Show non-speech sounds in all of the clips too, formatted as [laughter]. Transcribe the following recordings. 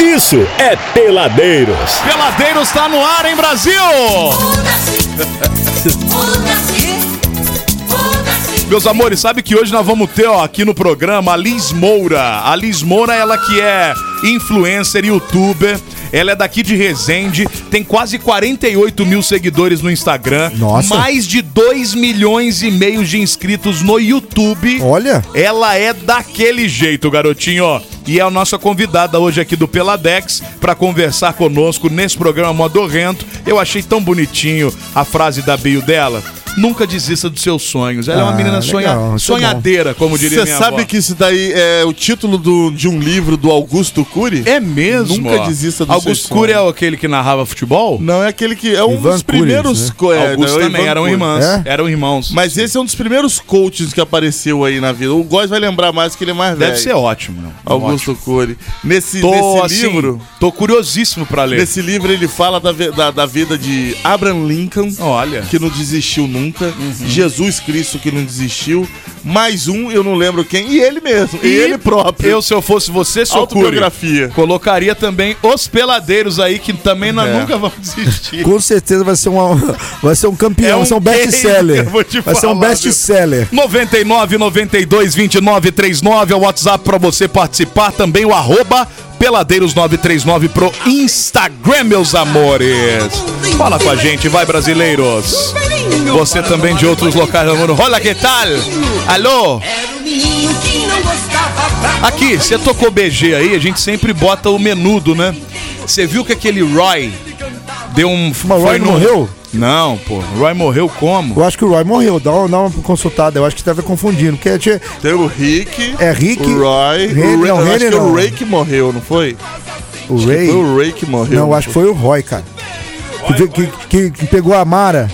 isso é Peladeiros. Peladeiros está no ar, hein, Brasil? Meus amores, sabe que hoje nós vamos ter ó, aqui no programa a Liz Moura. A Liz Moura, ela que é influencer, youtuber. Ela é daqui de Resende, tem quase 48 mil seguidores no Instagram. Nossa. Mais de 2 milhões e meio de inscritos no YouTube. Olha. Ela é daquele jeito, garotinho. E é a nossa convidada hoje aqui do Peladex para conversar conosco nesse programa Modorrento. Eu achei tão bonitinho a frase da bio dela. Nunca desista dos seus sonhos. Ela é uma Ah, menina legal, sonha- isso é bom. sonhadeira, como diria Você minha sabe avó. que isso daí é o título do- de um livro do Augusto Cury? É mesmo? Nunca ó. desista dos Augusto seus Cury é aquele que narrava futebol? Não, é aquele que é um Ivan dos Cury, primeiros. né? co- é, Augusto não, é também, Ivan eram Cury. irmãos. É? Eram irmãos. Mas esse é um dos primeiros coaches que apareceu aí na vida. O Góes vai lembrar mais que ele é mais Deve velho. ser ótimo, né? Augusto Cury. Nesse, Tô, nesse assim, livro, tô curiosíssimo pra ler. nesse livro ele fala da, ve- da, da vida de Abraham Lincoln, Olha. Uhum. que não desistiu nunca, Jesus Cristo que não desistiu, mais um, eu não lembro quem, e ele mesmo, e, E ele próprio. Eu, se eu fosse você, seu Cury, Autobiografia. colocaria também os peladeiros aí, que também nós É. nunca vamos desistir. Com certeza vai ser, uma, vai ser um campeão, É um vai ser um game, best-seller. eu vou te Vai ser um falar, best-seller. 99 92 29 39 é o WhatsApp pra você participar. Também o arroba peladeiros939 pro Instagram, meus amores. Fala com a gente, vai brasileiros. Você também de outros locais do mundo. Olha que tal? Alô? Aqui, você tocou BG aí, a gente sempre bota o menudo, né? Você viu que aquele Roy deu um. Mas o foi Roy no- morreu? Não, pô. Roy morreu como? Eu acho que o Roy morreu. Dá uma, dá uma consultada. Eu acho que tava confundindo. Porque tinha- Tem o Rick. É Rick, O Roy. Ray- o Ray, não, eu Ray acho que é não. o Ray que morreu, não foi? o Ray. Foi o Ray que morreu. Não, eu acho que foi o Roy, cara. Que, veio- que- que- que pegou a Mara.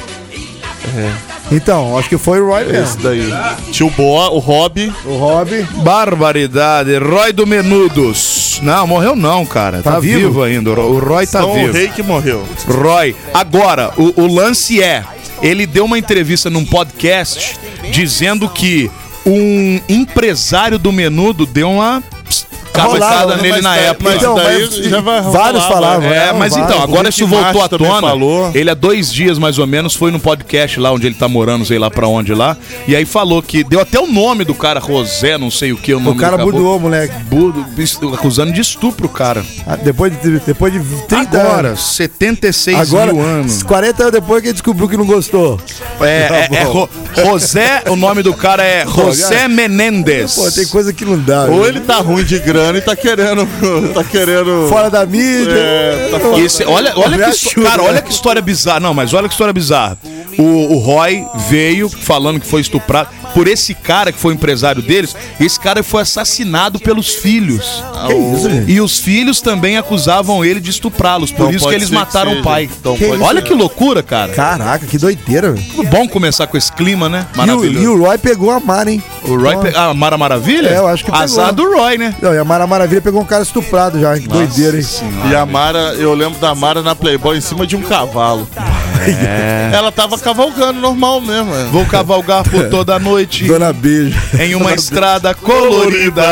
Então, acho que foi o Roy É Esse mesmo. daí. Tinha o, Bo, o Rob. O Rob. Barbaridade, Roy do Menudos. Não, morreu não, cara. Tá, Tá vivo? vivo? ainda. O Roy tá então o vivo. Ray que Tá morreu. Roy. Agora, o, o lance é: ele deu uma entrevista num podcast dizendo que um empresário do menudo deu uma pss, cabeçada Rolava, né, nele mas na tá- época. mas Então, daí mas já vai vários rolar, falavam. É, né? mas Vários. então, agora O isso Rick voltou à Martin também tona. falou. Ele há dois dias, mais ou menos, foi no podcast lá onde ele tá morando, sei lá pra onde lá. E aí falou que deu até o nome do cara, Rosé, não sei o que, o nome O cara do caboclo. mudou, moleque. Budo, bis- acusando de estupro, cara. Ah, Depois de, depois de 30 Agora, anos. 76 Agora, mil anos. [laughs] 40 anos depois que ele descobriu que não gostou. É, Tá é, é bom. Ro- José, o nome do cara é José Menendez. Pô, tem coisa que não dá. Ou né? ele tá ruim de grana e tá querendo. [laughs] tá querendo. Fora da mídia. É, tá fora- Esse- olha, olha, que, histó- cara, olha que história bizarra. Não, mas olha que história bizarra. O, o Roy veio falando que foi estuprado por esse cara que foi empresário deles. Esse cara foi assassinado pelos filhos. Ah, Que isso, gente? E os filhos também acusavam ele de estuprá-los. Por Então isso que pode eles ser que mataram o seja. pai. Então Que pode olha ser. que loucura, cara. Caraca, que doideira, velho. Muito bom começar com esse clima, né? E o, e Maravilhoso. o Roy pegou a Mara, hein? O Roy pe... Ah, Mara Maravilha? É, eu acho que pegou. Azar do Roy, né? Não, e a Mara Maravilha pegou um cara estuprado já, hein? que doideira, hein? E a Mara, eu lembro da Mara na Playboy em cima de um cavalo. É. Ela tava cavalgando normal mesmo. é. Vou cavalgar por toda a [laughs] noite Dona Beijo. em uma estrada Dona colorida.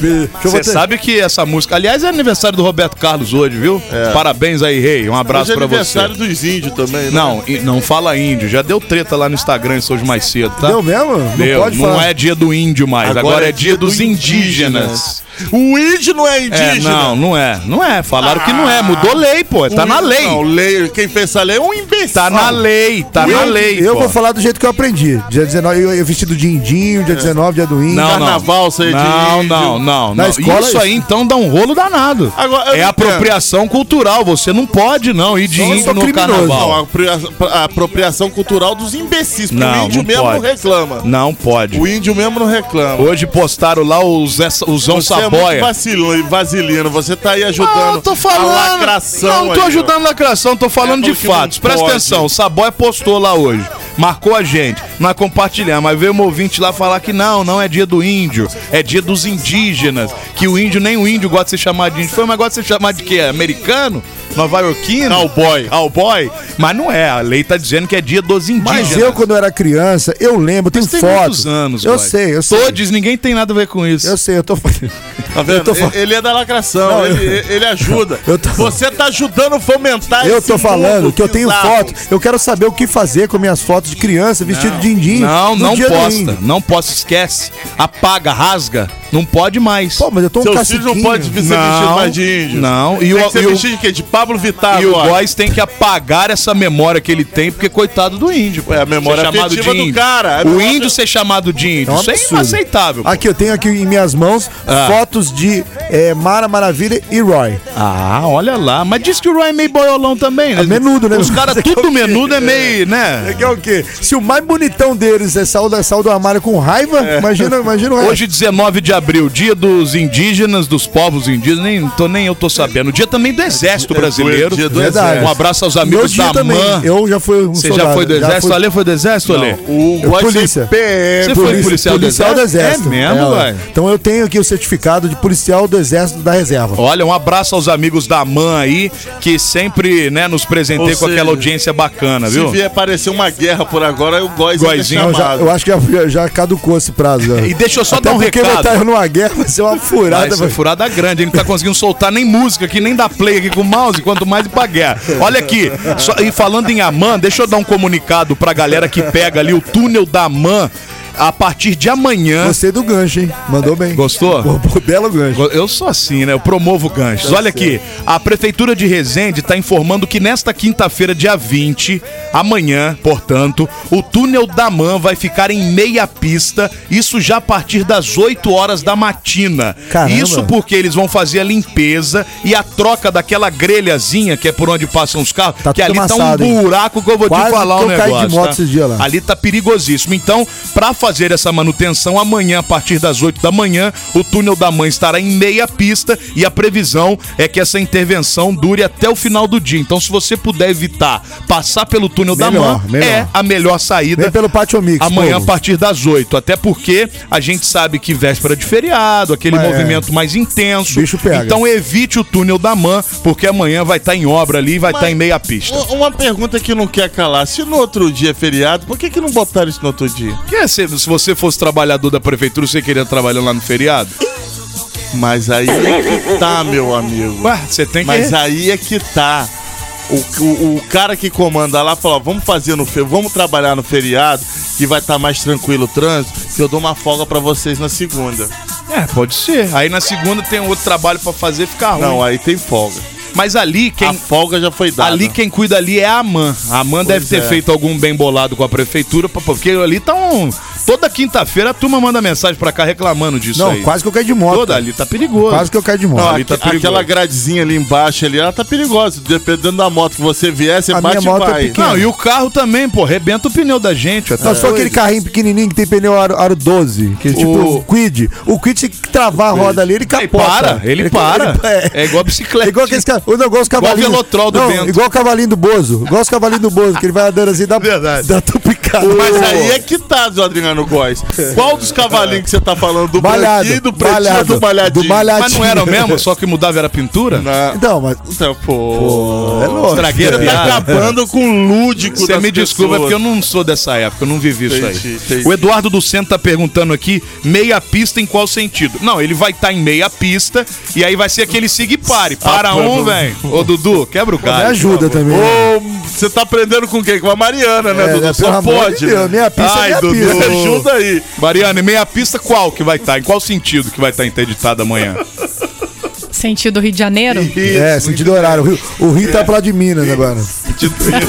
Beijo. Deixa eu Você botar- Ah, sabe que essa música. Aliás, é aniversário do Roberto Carlos hoje, viu? É. Parabéns aí, Rei. Um Hoje abraço é pra você. aniversário dos índios também, né? Não, e- não fala índio. Já deu treta lá no Instagram isso hoje mais cedo, tá? Deu mesmo? Não Deu. pode falar. é dia do índio mais. Agora, é dia, dos indígenas. O índio não é indígena. É, não, não é. Não é. Falaram que não Ah. é. Mudou lei, pô. Tá O na índio- lei. Não, lei. Quem fez essa lei é um imbecil. Tá na lei. Tá na eu, lei. eu pô. vou falar do jeito que eu aprendi. Dia 19, eu, eu vestido de indinho, dia 19, dia do índio. É. Não, Carnaval, não. isso aí de Não, índio. não, não, Na não. escola isso é Ah, aí então dá um rolo danado. Agora, eu é não apropriação cultural, você não pode não ir de Só índio sou no criminoso. Não, a carnaval. apropria- a apropriação cultural dos imbecis. porque Não, o índio não mesmo pode. não reclama. Não pode. O índio mesmo não reclama. Hoje postaram lá o Zé, o Zão Você é Saboia. muito vacilão, vasilino. Você tá aí Ah, ajudando eu tô a falando. lacração. não tô aí, ó. ajudando a lacração, tô falando É de porque não fatos. Presta pode. atenção, o Saboia postou lá hoje. Marcou a gente, nós compartilhamos, mas veio um ouvinte lá falar que não, não é dia do índio, é dia dos indígenas, que o índio, nem o índio gosta de ser chamado de índio. Foi, mas gosta de ser chamado de quê? Americano? Nova Yorkino. Cowboy. Cowboy. Mas não é, a lei tá dizendo que é dia dos indígenas. Mas eu, quando eu era criança, eu lembro, tem Mas tem fotos. muitos anos, eu Glória. sei, eu sei. Todos, ninguém tem nada a ver com isso. Eu sei, eu [laughs] tô falando. Tá vendo? Eu tô fa- E- Ele é da lacração, ele, ele ajuda. [laughs] Eu tô- Você tá ajudando a fomentar Eu esse tô falando mundo que eu tenho bizarro. foto. É um Eu quero saber o que fazer com minhas fotos de criança vestido de indinho. Não, no não dia do posta. índio. Não posta, esquece. Apaga, rasga. Não pode mais. Pô, mas eu tô um Seus filhos não caciquinho. podem ser vestidos Não, mais de índio. não. E E o- Tem que ser e o- vestido de quê? De Pablo ah, Vittar E o agora. Góis tem que apagar essa memória que ele tem, porque coitado do índio. pô. É a memória Ser chamado de afetiva do índio. cara. É a O memória- índio ser chamado de índio. É um Isso é absurdo. inaceitável. pô. Aqui, eu tenho aqui em minhas mãos Ah. fotos de eh, Mara Maravilha e Roy. Ah, olha lá. Mas diz que o Ryan é meio boiolão também, né? É menudo, né? Os caras, Você quer tudo o quê? menudo é meio, né? Que é o quê? Se o mais bonitão deles é saiu da- saiu do armário com raiva, imagina, imagina o resto. É. Hoje, 19 de abril, dia dos indígenas, dos povos indígenas, nem, tô, nem eu tô sabendo. Dia também É, do Exército Brasileiro. dia do Verdade. Um abraço aos Meu amigos dia da também. MAN. Eu já fui um Você soldado. já foi do Exército? fui- Alê foi do Exército, Alê? O Eu- Góis polícia. é PM. Você foi Polícia- policial, do Exército? É mesmo, É, velho. Então eu tenho aqui o certificado de policial do Exército da Reserva. Olha, um abraço aos amigos da MAN aí, que sempre né, nos presenteia Ou com seja, aquela audiência bacana, Se viu? vier aparecer uma guerra por agora, o Góis vai ser Góizinho, Não, já- chamado. Então, eu acho que já, já caducou esse prazo. né? E deixa eu só Até dar um porque recado. botar eu numa guerra vai ser uma Ah, né, furada. essa é vai- furada grande, ele não tá conseguindo soltar nem música aqui, nem dar play aqui com o mouse, quanto mais ir pra guerra. Olha aqui, só- e falando em Amã, deixa eu dar um comunicado pra galera que pega ali o túnel da Amã a partir de amanhã. Gostei do gancho, hein? Mandou bem. Gostou? Pô, pô, belo gancho. Eu sou assim, né? Eu promovo ganchos. Olha aqui, a Prefeitura de Resende está informando que nesta quinta-feira, dia 20, amanhã, portanto, o túnel da Man vai ficar em meia pista, isso já a partir das 8 horas da matina. Caramba. Isso porque eles vão fazer a limpeza e a troca daquela grelhazinha que é por onde passam os carros, Tá que ali tudo amassado, tá um hein? buraco que eu vou te Quase falar que um eu caí de negócio. moto tá? esses dias lá. Ali tá perigosíssimo. Então, para fazer essa manutenção, amanhã, a partir das 8 da manhã, o túnel da mãe estará em meia pista e a previsão é que essa intervenção dure até o final do dia. Então, se você puder evitar passar pelo túnel da Melhor, mãe, melhor. é a melhor saída. Vem pelo Pátio Mix, Amanhã, povo. a partir das 8. Até porque a gente sabe que véspera de feriado, aquele Mas é. movimento mais intenso. Bicho pega. Então, evite o túnel da Man, porque amanhã vai estar em obra ali e vai estar Mas- em meia pista. U- Uma pergunta que não quer calar. Se no outro dia é feriado, por que, que não botaram isso no outro dia? Quer ser, é se você fosse trabalhador da prefeitura, você queria trabalhar lá no feriado? Mas aí é que tá, meu amigo. Ué, você tem que. Mas aí é que tá. O, o, o cara que comanda lá fala, ó, vamos fazer no fe- vamos trabalhar no feriado, que vai estar mais tranquilo o trânsito, que eu dou uma folga pra vocês na segunda. É, pode ser. Aí na segunda tem um outro trabalho pra fazer, fica ruim. Não, aí tem folga. Mas ali A quem. folga já foi dada. Ali quem cuida ali é a Man. A Man deve ter é. feito algum bem bolado com a prefeitura, pra- porque ali tá um. Toda quinta-feira a turma manda mensagem pra cá reclamando disso Não, aí. quase que eu caí de moto. Toda ali tá perigoso. Quase que eu caí de moto. Não, ali aque- tá perigoso. aquela gradezinha ali embaixo ali, ela tá perigosa. Dependendo da moto que você vier, você A bate minha moto e é vai. pequena. Não, e o carro também, pô, rebenta o pneu da gente. ó, tá Não, É. só aquele doido. carrinho pequenininho que tem pneu aro, aro 12, que é tipo O- o Quid. O Quid, se travar a roda ali, ele Aí capota. para, ele [laughs] para. É igual a bicicleta. É igual aqueles ca- o negócio cavalinho. Velotrol do Bento. Igual o cavalinho do Bozo. Igual os cavalinhos do Bozo, que ele vai andando assim da, Verdade. da tupicada. Mas aí é que tá, Zé Adriano [laughs] Góes. Qual dos cavalinhos que você tá falando? Do Malhado, branquinho, do pretinho malhado, ou do malhadinho? do malhadinho. Mas não [laughs] era o mesmo, só que mudava era a pintura? Ah, Então, mas. então, pô. É lógico. Estraguei a Você tá piada. acabando com o lúdico Você das me desculpa, é pessoas. porque eu não sou dessa época, eu não vivi isso aí. Entendi, entendi. O Eduardo do Centro tá perguntando aqui, meia pista em qual sentido? Não, ele vai estar em meia pista e aí vai ser aquele siga e pare. Ah, tá Para um, velho. Ô, Dudu, quebra o Me galho. ajuda também. né? Ô, você tá aprendendo com quem? Com a Mariana, né, É, Dudu? né, pelo Só amor de pode. Deus, né? minha pista é Ai, minha Dudu, pista. me ajuda aí. Mariana, e meia pista qual que vai estar? Em qual sentido que vai estar interditada [laughs] amanhã? Sentido Rio de Janeiro? É, sentido horário. O Rio, o Rio É. tá pro lado de Minas agora.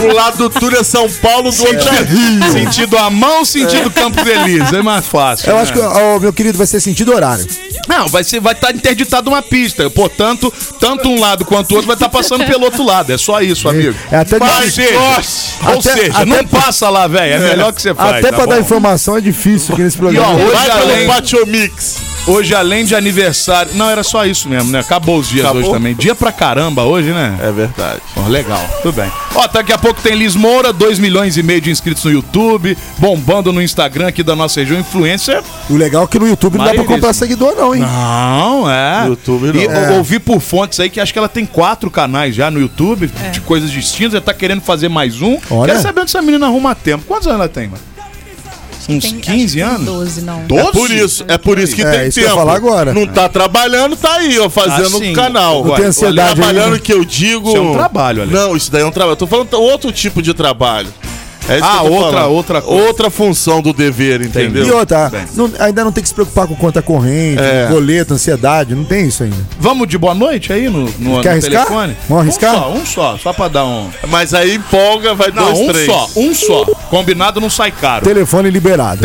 O lado do Túlio é São Paulo, do outro é Rio. sentido a mão, sentido Campo Feliz. É mais fácil. Eu né? acho que, ó, meu querido, vai ser sentido horário. Não, vai estar vai tá interditada uma pista. Portanto, tanto um lado quanto o outro vai estar passando pelo outro lado. É só isso, amigo. É até Ou Mas, seja, nossa, ou até- seja até- não passa lá, velho. É melhor que você faz. Até tá pra dar bom? informação é difícil aqui nesse E, ó, programa. hoje, Vai além, pelo Patio Mix. Hoje, além de aniversário. Não, era só isso mesmo, né? Acabou os dias Acabou? hoje também. Dia pra caramba hoje, né? É verdade. Ó, legal, tudo bem. Ó, daqui a pouco tem Liz Moura, 2 milhões e meio de inscritos no YouTube, bombando no Instagram aqui da nossa região. Influencer. O legal é que no YouTube não dá pra Maneiríssimo. comprar seguidor, não, hein? Não, é. YouTube não. E eu É. ouvi por fontes aí que acho que ela tem quatro canais já no YouTube, de coisas distintas, ela tá querendo fazer mais um. Olha. Quero saber onde essa menina arruma tempo. Quantos anos ela tem, mano? Uns Tem- acho que 15 tem anos? 12, não. Doze? É por isso, é por isso que É, tem isso que eu tempo. ia falar agora. Não tá trabalhando, tá aí, ó, fazendo Assim, o canal. Tá não tem ansiedade trabalhando aí, né? que eu digo. Isso é um trabalho, Ale. Não, isso daí é um trabalho. Eu tô falando t- outro tipo de trabalho. É isso Ah, que eu tô outra- falando. outra coisa. Outra função do dever, entendeu? E outra, Bem. não- ainda não tem que se preocupar com conta corrente, É. boleto, ansiedade, não tem isso ainda. Vamos de boa noite aí no, no, no Quer arriscar? telefone? Vamos arriscar? Um só, um só, só pra dar um. Mas aí empolga, vai Não, dois, um três. só, um só. Combinado não sai caro. Telefone liberado.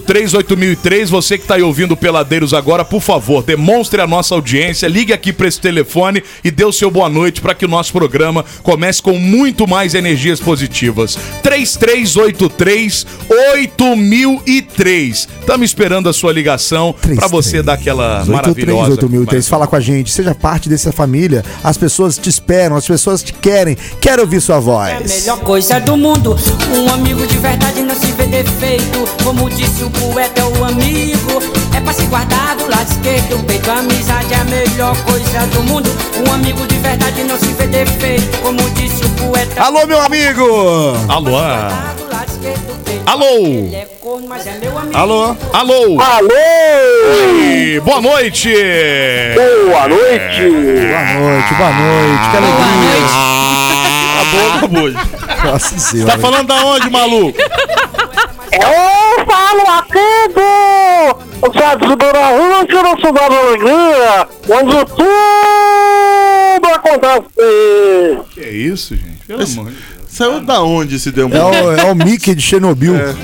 3383-8003, você que tá aí ouvindo o Peladeiros agora, por favor, demonstre a nossa audiência, ligue aqui pra esse telefone e dê o seu boa noite pra que o nosso programa comece com muito mais energias positivas. 3383-8003. Estamos Tá esperando a sua ligação pra você dar aquela maravilhosa. 83 fala com a gente, seja parte dessa família. As pessoas te esperam, as pessoas te querem. Quero ouvir sua É A voz. melhor coisa do mundo, um amigo de verdade não se vê defeito. Como disse o poeta, é o amigo é pra se guardar do lado esquerdo. do Peito, a amizade é a melhor coisa do mundo. Um amigo de verdade não se vê defeito. Como disse o poeta. é Alô, meu amigo! Alô? do lado esquerdo do peito. Alô? Ele é corno, mas é meu amigo. Alô? Alô? Alô! Oi, Boa noite! Boa noite! Boa noite, boa noite, que alegria. Acabou, acabou. Nossa Tá senhora. falando da onde, maluco? É. É Eu falo aqui do o Jardim do Norte, no Cidade da Alegria, onde tudo acontece! Que isso, gente? Pelo amor de Deus. Saiu da onde esse É demônio? o, é o Mickey de Chernobyl. É.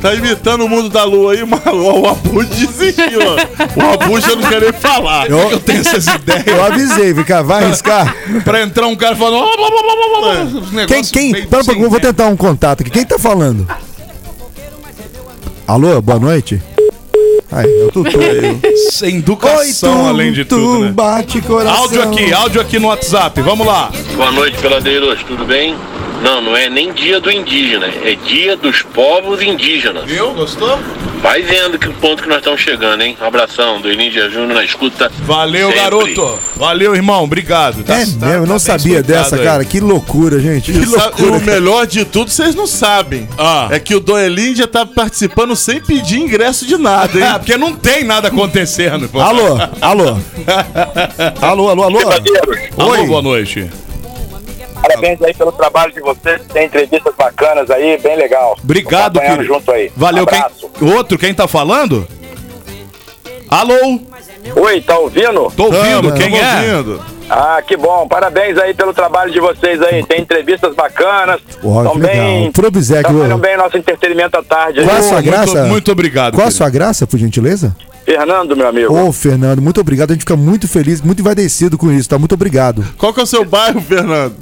Tá imitando o mundo da lua aí, maluco. O Abu desistiu, ó. O Abu já não quer nem falar. Eu- Eu tenho essas ideias. Eu avisei, vem cá, vai arriscar. Pra entrar um cara falando. "Ó, blá, blá, blá, blá, blá", uns Quem, negócios quem? meio Pera um sem pouquinho, eu vou ideia. tentar um contato aqui. Quem tá falando? Alô, boa noite. é Aí, eu tô Sem educação, além de tudo, né? bate coração. Áudio aqui, áudio aqui no WhatsApp, vamos lá. Boa noite, peladeiros, tudo bem? Não, não é nem dia do indígena, é dia dos povos indígenas. Viu? Gostou? Vai vendo que ponto que nós estamos chegando, hein? Abração do Elídia Júnior na escuta. Valeu, sempre. garoto. Valeu, irmão, obrigado. Tá- É tá- mesmo, tá eu não bem sabia explicado dessa, aí. cara. Que loucura, gente. Que E sa- loucura. o melhor de tudo, vocês não sabem. Ah. É que o Doelin já tá participando sem pedir ingresso de [laughs] nada, É, hein? porque não tem nada acontecendo. pô. Alô, alô. alô, alô, alô. Tá Alô, Oi. boa noite. Parabéns aí pelo trabalho de vocês, tem entrevistas bacanas aí, bem legal. Obrigado, Acompanhando querido. junto aí. Valeu, Abraço. quem. Outro, quem tá falando? Alô? Oi, tá ouvindo? Tô ouvindo, Tamo, quem tamo é? tá Ouvindo. Ah, que bom. Parabéns aí pelo trabalho de vocês aí. Tem entrevistas bacanas. Ó, que legal. Probizec, Trabalham ô. bem nosso entretenimento à tarde. Qual a aí. sua Muito- graça? muito obrigado, Qual a querido. sua graça, por gentileza? Fernando, meu amigo. Ô, Fernando, muito obrigado. A gente fica muito feliz, muito envadecido com isso, tá? Muito obrigado. Qual que é o seu bairro, Fernando?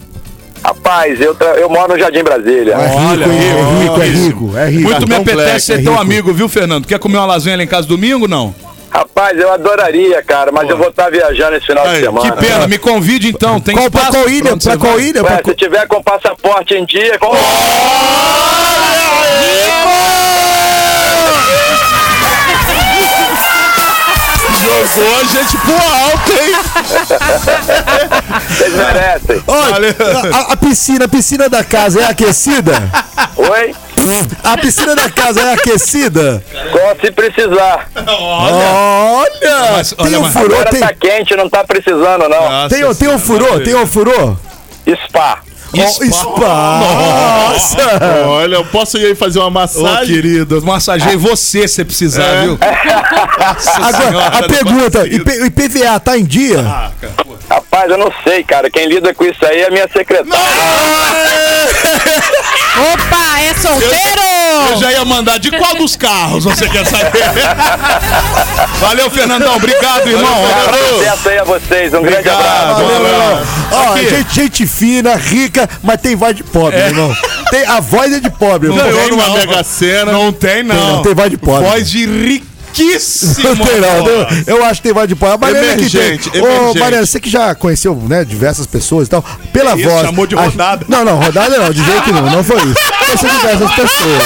Rapaz, eu, tra- eu moro no Jardim Brasília. É Olha rico, hein? aí, é rico, é ó. rico, é rico. Muito me Cartão apetece Black, ser é teu rico. amigo, viu, Fernando? Quer comer uma lasanha lá em casa domingo não? Rapaz, eu adoraria, cara, mas eu vou estar viajando esse final Aí, de semana. Que pena, né, me convide então. Tem Qual, pra espaço qual ilha? onde Pra você qual vai? ilha? Ué, Pra- se tiver com passaporte em dia, vamos Jogou a gente pro alto, hein? vocês merecem. Olha, a, a piscina, a piscina da casa é aquecida? Oi? A piscina da casa é aquecida? Só se precisar. Olha! Mas, tem olha, um mas- furô, Agora tem, tá quente, não tá precisando, não. Nossa tem, um- tem senhora, um furô, maravilha. tem um furô? Spa. Ó, Spa! Nossa! Olha, eu posso ir aí fazer uma Ô, massagem? querido, massageei você se precisar, É. viu? Nossa Agora, senhora, Ah, a pergunta, querido. IP, o IPVA tá em dia? Rapaz, eu não sei, cara. Quem lida com isso aí é a minha secretária. Opa, é Eu solteiro! já ia mandar de qual dos carros você quer saber? Valeu, Fernandão. Obrigado, irmão. Um Valeu. abraço aí a vocês. Um grande abraço. Obrigado. Valeu, meu irmão. Ó, Aqui. gente, gente fina, rica, mas tem voz de pobre, meu irmão. Tem, a voz é de pobre, meu irmão. Ganhou tem, numa não. mega sena. Não tem, não. Não tem voz de pobre. Voz de rico. fraquíssimo. Não, agora. eu acho que tem voz de pobre. A Mariana Emergente, que tem. Ô, emergente. Mariana, você que já conheceu né, diversas pessoas e tal, pela Isso, voz. chamou de a- rodada. Não, não, rodada não, de jeito nenhum, não foi isso. [laughs] Você diversas pessoas.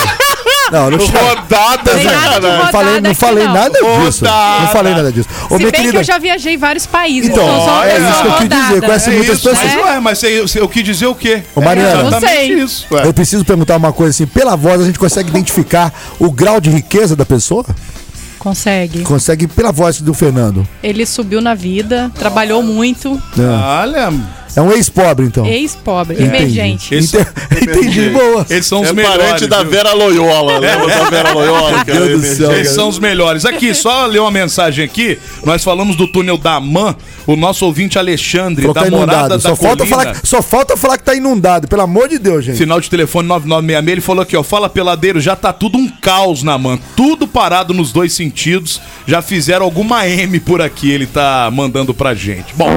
Não, não chama. Rodada, né? Tem nada de sacanagem. Não falei, não Rodada falei aqui não. nada disso. Não Rodada. falei nada disso. Ô, Se minha bem que querida. eu já viajei em vários países, Então, então, sou uma é pessoa isso que eu quis rodada. né? dizer, conhece É muitas isso, pessoas. mas, ué, mas eu, eu quis dizer o quê? Ô, Mariana. É exatamente Não sei. isso. ué. Eu preciso perguntar uma coisa assim, pela voz a gente consegue identificar o grau de riqueza da pessoa? é. Consegue. Consegue pela voz do Fernando. Ele subiu na vida, trabalhou muito, Olha, É um ex-pobre, então. ex-pobre, emergente. Esse- Enter- [laughs] Entendi, boa. eles são os É melhores. parente da viu? Vera Loyola. Lembra da Vera Loyola? que Meu era Deus do céu, emergente? Eles são os melhores. Aqui, só ler uma mensagem aqui. Nós falamos do túnel da Man, o nosso ouvinte Alexandre, Falou que da tá morada inundado. da Só falta, colina. falar, só falta falar que tá inundado, pelo amor de Deus, gente. Final de telefone 9966, ele falou aqui, ó, fala peladeiro, já tá tudo um caos na man, tudo parado nos dois sentidos, já fizeram alguma M por aqui, ele tá mandando pra gente. Bom,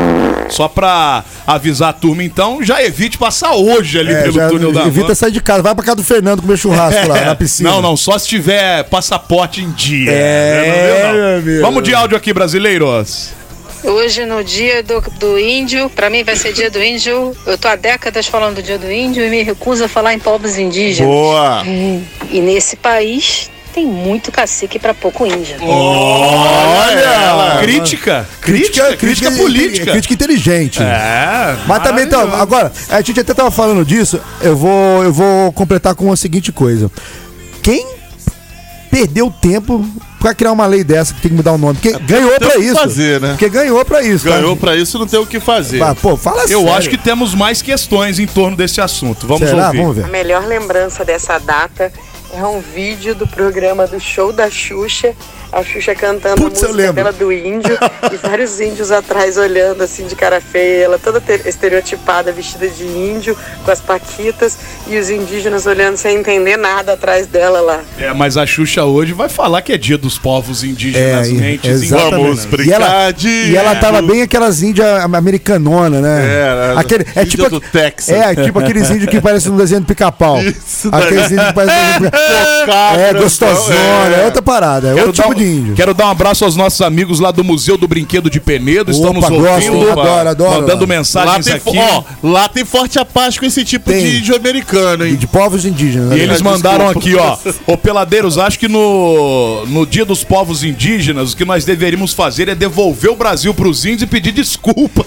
só pra avisar a turma então, já evite passar hoje ali É, já pelo túnel da evita man. sair de casa. Vai pra casa do Fernando comer churrasco [laughs] lá na piscina. Não, não, só se tiver passaporte em dia. É, Não, não, não. meu amigo. Vamos de áudio aqui, brasileiros. Hoje no dia do, do índio, pra mim vai ser dia do índio. Eu tô há décadas falando do dia do índio e me recuso a falar em povos indígenas. Boa. E nesse país tem muito cacique pra pouco índio. Olha Ah, ela. Crítica, crítica, crítica, política. é Crítica inteligente. É, Mas também, então, maravilhoso. agora, a gente até tava falando disso, eu vou, eu vou completar com a seguinte coisa. Quem perdeu tempo pra criar uma lei dessa que tem que mudar o nome? Porque É, ganhou tem pra o que isso. fazer, né? Porque ganhou pra isso. tá? Ganhou pra isso, não tem o que fazer. Ah, Pô, fala Eu acho que temos mais questões em torno desse assunto. Vamos Será? ouvir. Vamos ver. A melhor lembrança dessa data é um vídeo do programa do show da Xuxa, a Xuxa cantando Putz, eu a música lembro. dela do índio e vários índios atrás olhando assim de cara feia, ela toda te- estereotipada, vestida de índio, com as paquitas e os indígenas olhando sem entender nada atrás dela lá. É, mas a Xuxa hoje vai falar que é dia dos povos indígenas, É, mentes exatamente. indígenas. Vamos E brincar ela, de. e ela tava bem aquelas índias americanonas, né? É, Aquele, é índia tipo, do Texas. É, tipo aqueles índios que parecem um desenho do pica-pau. Isso, Ah, Aqueles índios que parecem um desenho [laughs] do pica-pau. É, então, gostosona, é outra parada, é Quero outro dar, tipo um, de índio. quero dar um abraço aos nossos amigos lá do Museu do Brinquedo de Penedo. Estamos Opa, ouvindo, gosto, adoro, adoro. mandando Lá mensagens tem, fo- aqui. ó, lá tem forte a paz com esse tipo Tem. de índio americano, E hein? de povos indígenas. E né? eles Desculpa. mandaram aqui, ó. Ô Peladeiros, acho que no, no Dia dos Povos Indígenas, o que nós deveríamos fazer é devolver o Brasil pros índios e pedir [laughs] desculpa.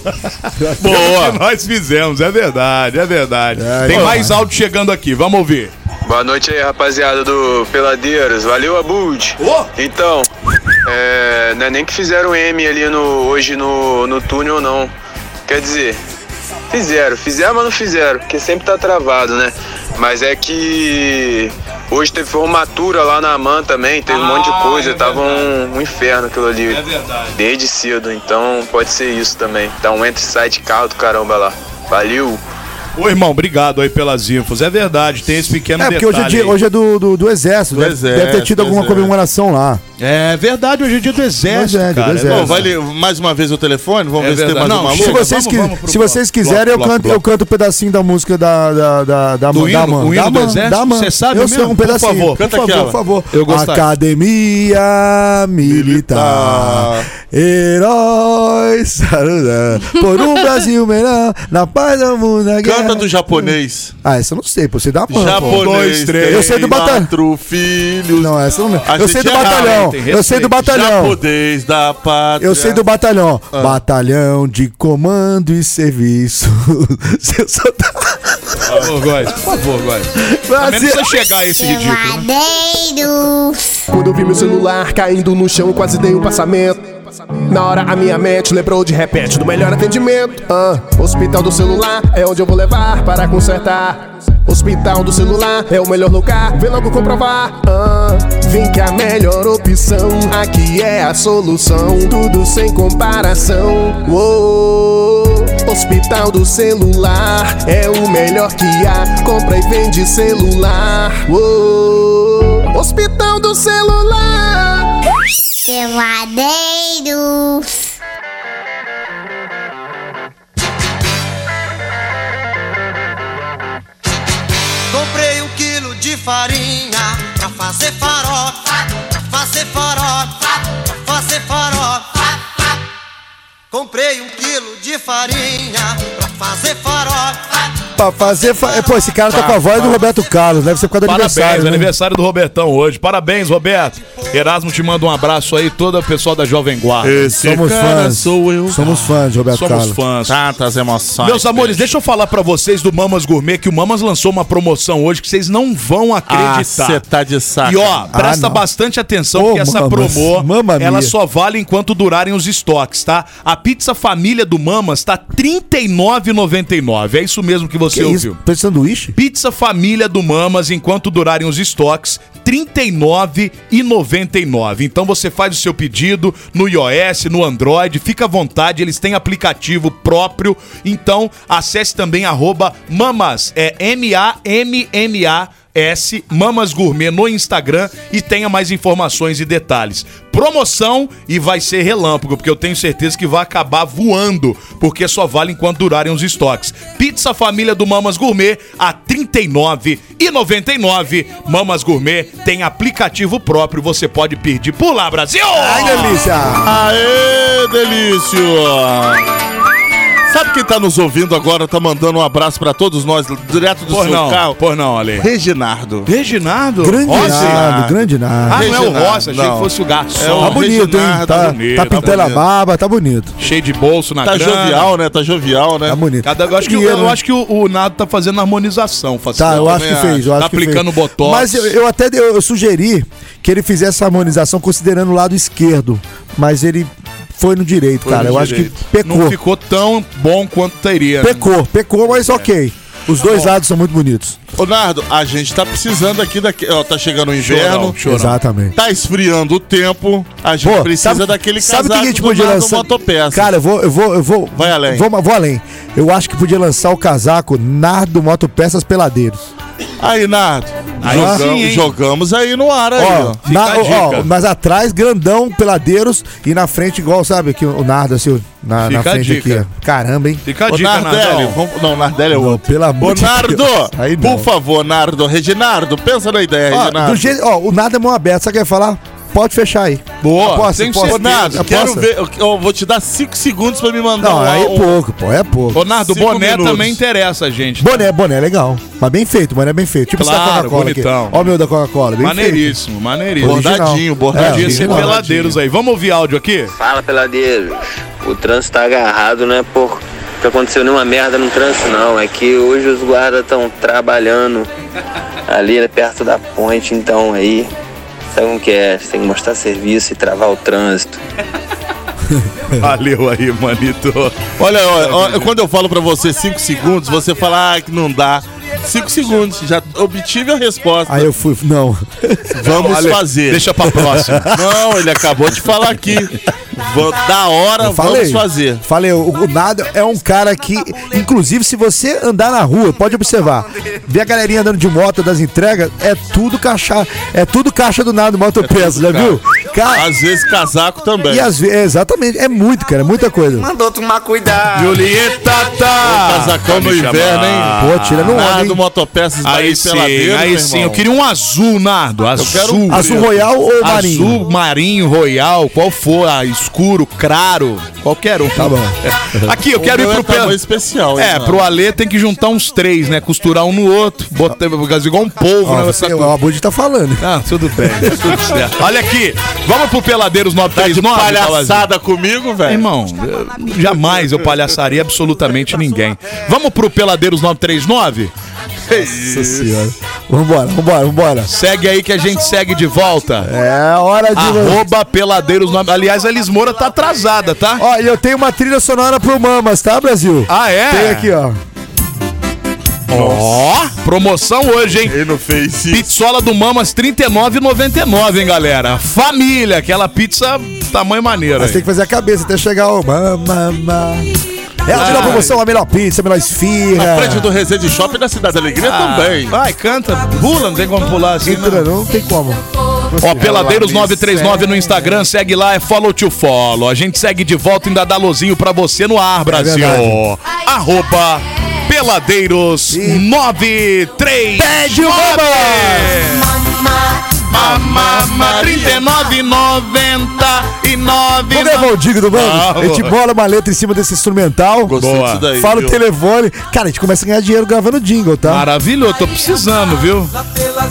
Boa! O que nós fizemos, é verdade, é verdade. É, Tem é. mais áudio chegando aqui, vamos ouvir. Boa noite aí, rapaziada do Peladeiros. Valeu, Abud. Ô! Então, é, não é nem que fizeram M ali no, hoje no, no túnel, não. Quer dizer, fizeram, fizeram, mas não fizeram, porque sempre tá travado, né? Mas é que hoje teve formatura lá na AMAN também, teve um monte Ah, de é coisa, tava um, um inferno aquilo ali. Desde cedo, então pode ser isso também. Então entra e sai de carro do caramba lá. Valeu! Ô irmão, obrigado aí pelas infos. É verdade, tem esse pequeno É, porque hoje é, detalhe dia- aí. hoje é do, do, do exército. Do deve, exército, deve ter tido alguma exército. comemoração lá. É verdade, hoje é dia do exército, Pois é, dia do cara. exército. Bom, vai ler mais uma vez o telefone, vamos É ver se tem verdade. mais tá Não, uma chega- se maluca. vocês, vamos- qui- vamos pro se vocês bloco, quiserem, bloco, eu, canto, bloco. eu canto um pedacinho da música da. da, da, da Do da hino? Man- O hino da do Man- exército? da Man. Você sabe eu sei, mesmo? um Por pedacinho. favor, canta por favor. aquela. Por favor. Eu gostaria. Academia Militar. Militar. Heróis. [laughs] Por um Brasil melhor. Na paz do mundo. Na guerra. Canta do japonês. Ah, essa eu não sei, pô. Você dá mão. japonês. dois, três, Eu sei do batalhão. Quatro filhos. Não, essa eu não A Eu sei gente do erra, batalhão. hein? é tem Eu sei do respeito. batalhão. Japonês da pátria. Eu sei do batalhão. Batalhão de comando e serviço. [laughs] Você só tá- Por favor, Góis. Por favor, Góis. Também não Brasil. precisa chegar a esse ridículo. né? Quando eu vi meu celular caindo no chão, eu quase dei um passamento. Na hora a minha mente lembrou de repente do melhor atendimento. Ah, hospital do celular é onde eu vou levar para consertar. Hospital do celular é o melhor lugar, vem logo comprovar. Ah, vem que a melhor opção aqui é a solução, tudo sem comparação. Uou, hospital do celular é o melhor que há, compra e vende celular. Uou, hospital do celular. Comprei um quilo de farinha pra fazer farofa, pra fazer farofa. comprei um quilo de farinha pra fazer farofa. Pra fazer. fa- Pô, esse cara tá com a voz do Roberto Carlos, deve ser por causa do Parabéns, aniversário. aniversário, né? do Robertão hoje. Parabéns, Roberto. Erasmo te manda um abraço aí, todo o pessoal da Jovem Guarda. Somos fãs. Somos fãs de é Roberto Somos fãs. Carlos. Tantas emoções. Meus amores, deixa eu falar pra vocês do Mamas Gourmet que o Mamas lançou uma promoção hoje que vocês não vão acreditar. Ah, cê tá de saco. E ó, Ah, presta não. bastante atenção Ô, porque essa Mamas, promo, mamma mia. ela só vale enquanto durarem os estoques, tá? A pizza família do Mamas tá R$ 39,99. É isso mesmo que você Que ouviu. isso? Preço de sanduíche? Pizza Família do Mamas, enquanto durarem os estoques, R$ 39,99. Então você faz o seu pedido no iOS, no Android, fica à vontade, eles têm aplicativo próprio. Então acesse também arroba mamas, é M-A-M-M-A. S Mamas Gourmet no Instagram e tenha mais informações e detalhes. Promoção e vai ser relâmpago, porque eu tenho certeza que vai acabar voando, porque só vale enquanto durarem os estoques. Pizza Família do Mamas Gourmet a R$ 39,99. Mamas Gourmet tem aplicativo próprio, você pode pedir por lá, Brasil! Ai, delícia! Aê, delício! Sabe quem tá nos ouvindo agora, tá mandando um abraço pra todos nós, direto do Por seu não, carro? por não, Ale. Reginardo. Reginardo? Grande nada, grande nada. Ah, não é o Rossi, achei que fosse o garçom. É tá bonito, hein? Reginaldo, Tá, tá bonito, tá pintando a bonito. barba, tá bonito. Cheio de bolso na Tá grana. jovial, né? Tá jovial, né? Tá bonito. Cada- eu acho que, Dinheiro, eu né? acho que o, o Nado tá fazendo harmonização. Facial, Tá, eu acho que também fez. Eu acho tá que aplicando fez. botox. Mas eu, eu até dei- eu, sugeri que ele fizesse a harmonização considerando o lado esquerdo. Mas ele foi no direito, Foi cara. no Eu acho direito. que pecou. Não ficou tão bom quanto teria. né? É. Tá Pecou, pecou, mas ok. Os dois lados são muito bonitos. Ô, Nardo, a gente tá precisando aqui daqui. Ó, tá chegando o inverno. Chorão, chorão. Exatamente. Tá esfriando o tempo. A gente Pô, precisa sabe- daquele sabe o casaco que a gente do podia Nardo lançar? Motopeça. Cara, eu vou, eu vou, eu vou. Vai além. Vou, vou além. Eu acho que podia lançar o casaco Nardo Motopeças Peladeiros. Aí, Nardo. Aí jogam- sim, hein? jogamos aí no ar aí, ó. Ó, na- ó, mas atrás, grandão, peladeiros, e na frente, igual, sabe, aqui, o Nardo, assim, o- na, na Fica a frente dica. aqui, ó. Caramba, hein? Fica Ô, Nardelli, vamos- não, Nardelli é Não, outro. pelo amor Ô, de Nardo, Deus. [laughs] Aí não. por favor, Nardo. Reginardo, pensa na ideia, Ó, Reginardo. do jeito, ó, o Nardo é mão aberta, sabe o que eu ia falar? Pode fechar aí. Boa, Aposta, tenho aposta. certeza. Nardo, quero Aposta. ver. Eu, eu vou te dar 5 segundos pra me mandar Não, um- aí é um- pouco, pô, é pouco. Ô, Nardo, Cinco boné minutos. também interessa, gente. Boné, boné, é legal. Mas bem feito, boné bem feito. Tipo esse da Claro, Coca-Cola aqui. bonitão. Ó o meu da Coca-Cola, bem feito. maneiríssimo, maneiríssimo. Original. Bordadinho, É, bordadinho. Podia ser original. peladeiros aí. Vamos ouvir áudio [laughs] aqui? Fala, peladeiros. O trânsito tá agarrado, não é por que aconteceu nenhuma merda no trânsito, não. É que hoje os guardas estão trabalhando ali né, perto da ponte, então aí. Sabe como que é? Você tem que mostrar serviço e travar o trânsito. Valeu aí, manito. Olha, ó, ó, quando eu falo pra você 5 segundos, você fala ah, que não dá. 5 segundos, já obtive a resposta. Aí eu fui, não. Vamos Ale, fazer. deixa pra próxima. [laughs] Não, ele acabou de falar aqui. Va- Da hora, Eu falei, vamos fazer. Falei, o, o Nado é um cara que, inclusive, se você andar na rua, pode observar. Vê a galerinha andando de moto das entregas, é tudo caixa, é tudo caixa do Nado moto peso, É já viu? Cara, Às vezes casaco também. e às vezes, é, exatamente, é muito, cara, é muita coisa. Mandou tomar cuidado. Julieta tá! Casacão no inverno, Ah, hein? tá Pô, tira no ar, Nada, hein? Ah, motopeças Aí Bahia sim, Peladeiro, aí meu sim. irmão. Eu queria um azul, Nardo. Azul. quero um Azul royal ou marinho? Azul, marinho, royal, qual for, ah, escuro, claro, qualquer um. Tá bom. Aqui, eu O quero ir meu pro é tamanho pé. especial, hein, É, mano? pro Alê tem que juntar uns três, né? Costurar um no outro, botar igual um polvo, Ó, né? você, Essa o co- Abud tá falando. Ah, tudo bem, tudo certo. Olha aqui, vamos pro Peladeiros 939. Palhaçada. Tá Palhaçada comigo, velho. Irmão, eu- jamais eu palhaçaria absolutamente ninguém. Vamos pro Peladeiros 939? Nossa senhora. Vambora, vambora, vambora. Segue aí que a gente segue de volta. É hora de. Arroba Peladeiros 9. Aliás, a Elis Moura tá atrasada, tá? Ó, e eu tenho uma trilha sonora pro Mamas, tá, Brasil? Ah, é? Tem aqui, ó. Ó, promoção hoje, hein? Ele não fez isso. Pizzola do Mamas 39,99, hein, galera? Família, aquela pizza tamanho maneira. Mas tem hein? que fazer a cabeça até chegar ao. Mama. É a melhor promoção, a melhor pizza, a melhor esfirra. Tá, Na frente do Resende Shopping da Cidade da Alegria Ah, também. Vai, canta, pula, não tem como pular assim, não. Entra, não tem como. Ó, Peladeiros 939 no Instagram, segue lá, é follow to follow. A gente segue de volta ainda dá lozinho pra você no ar, Brasil. É verdade. Arroba Peladeiros 939. Pede o Mamas! Mamá, Mamama 39,99. Vamos gravar o Dig do Ah, Bando? A gente boa. bola uma letra em cima desse instrumental. Gostei Boa. disso daí, Fala viu? o telefone. Cara, a gente começa a ganhar dinheiro gravando jingle, tá? Maravilhoso, tô precisando, viu?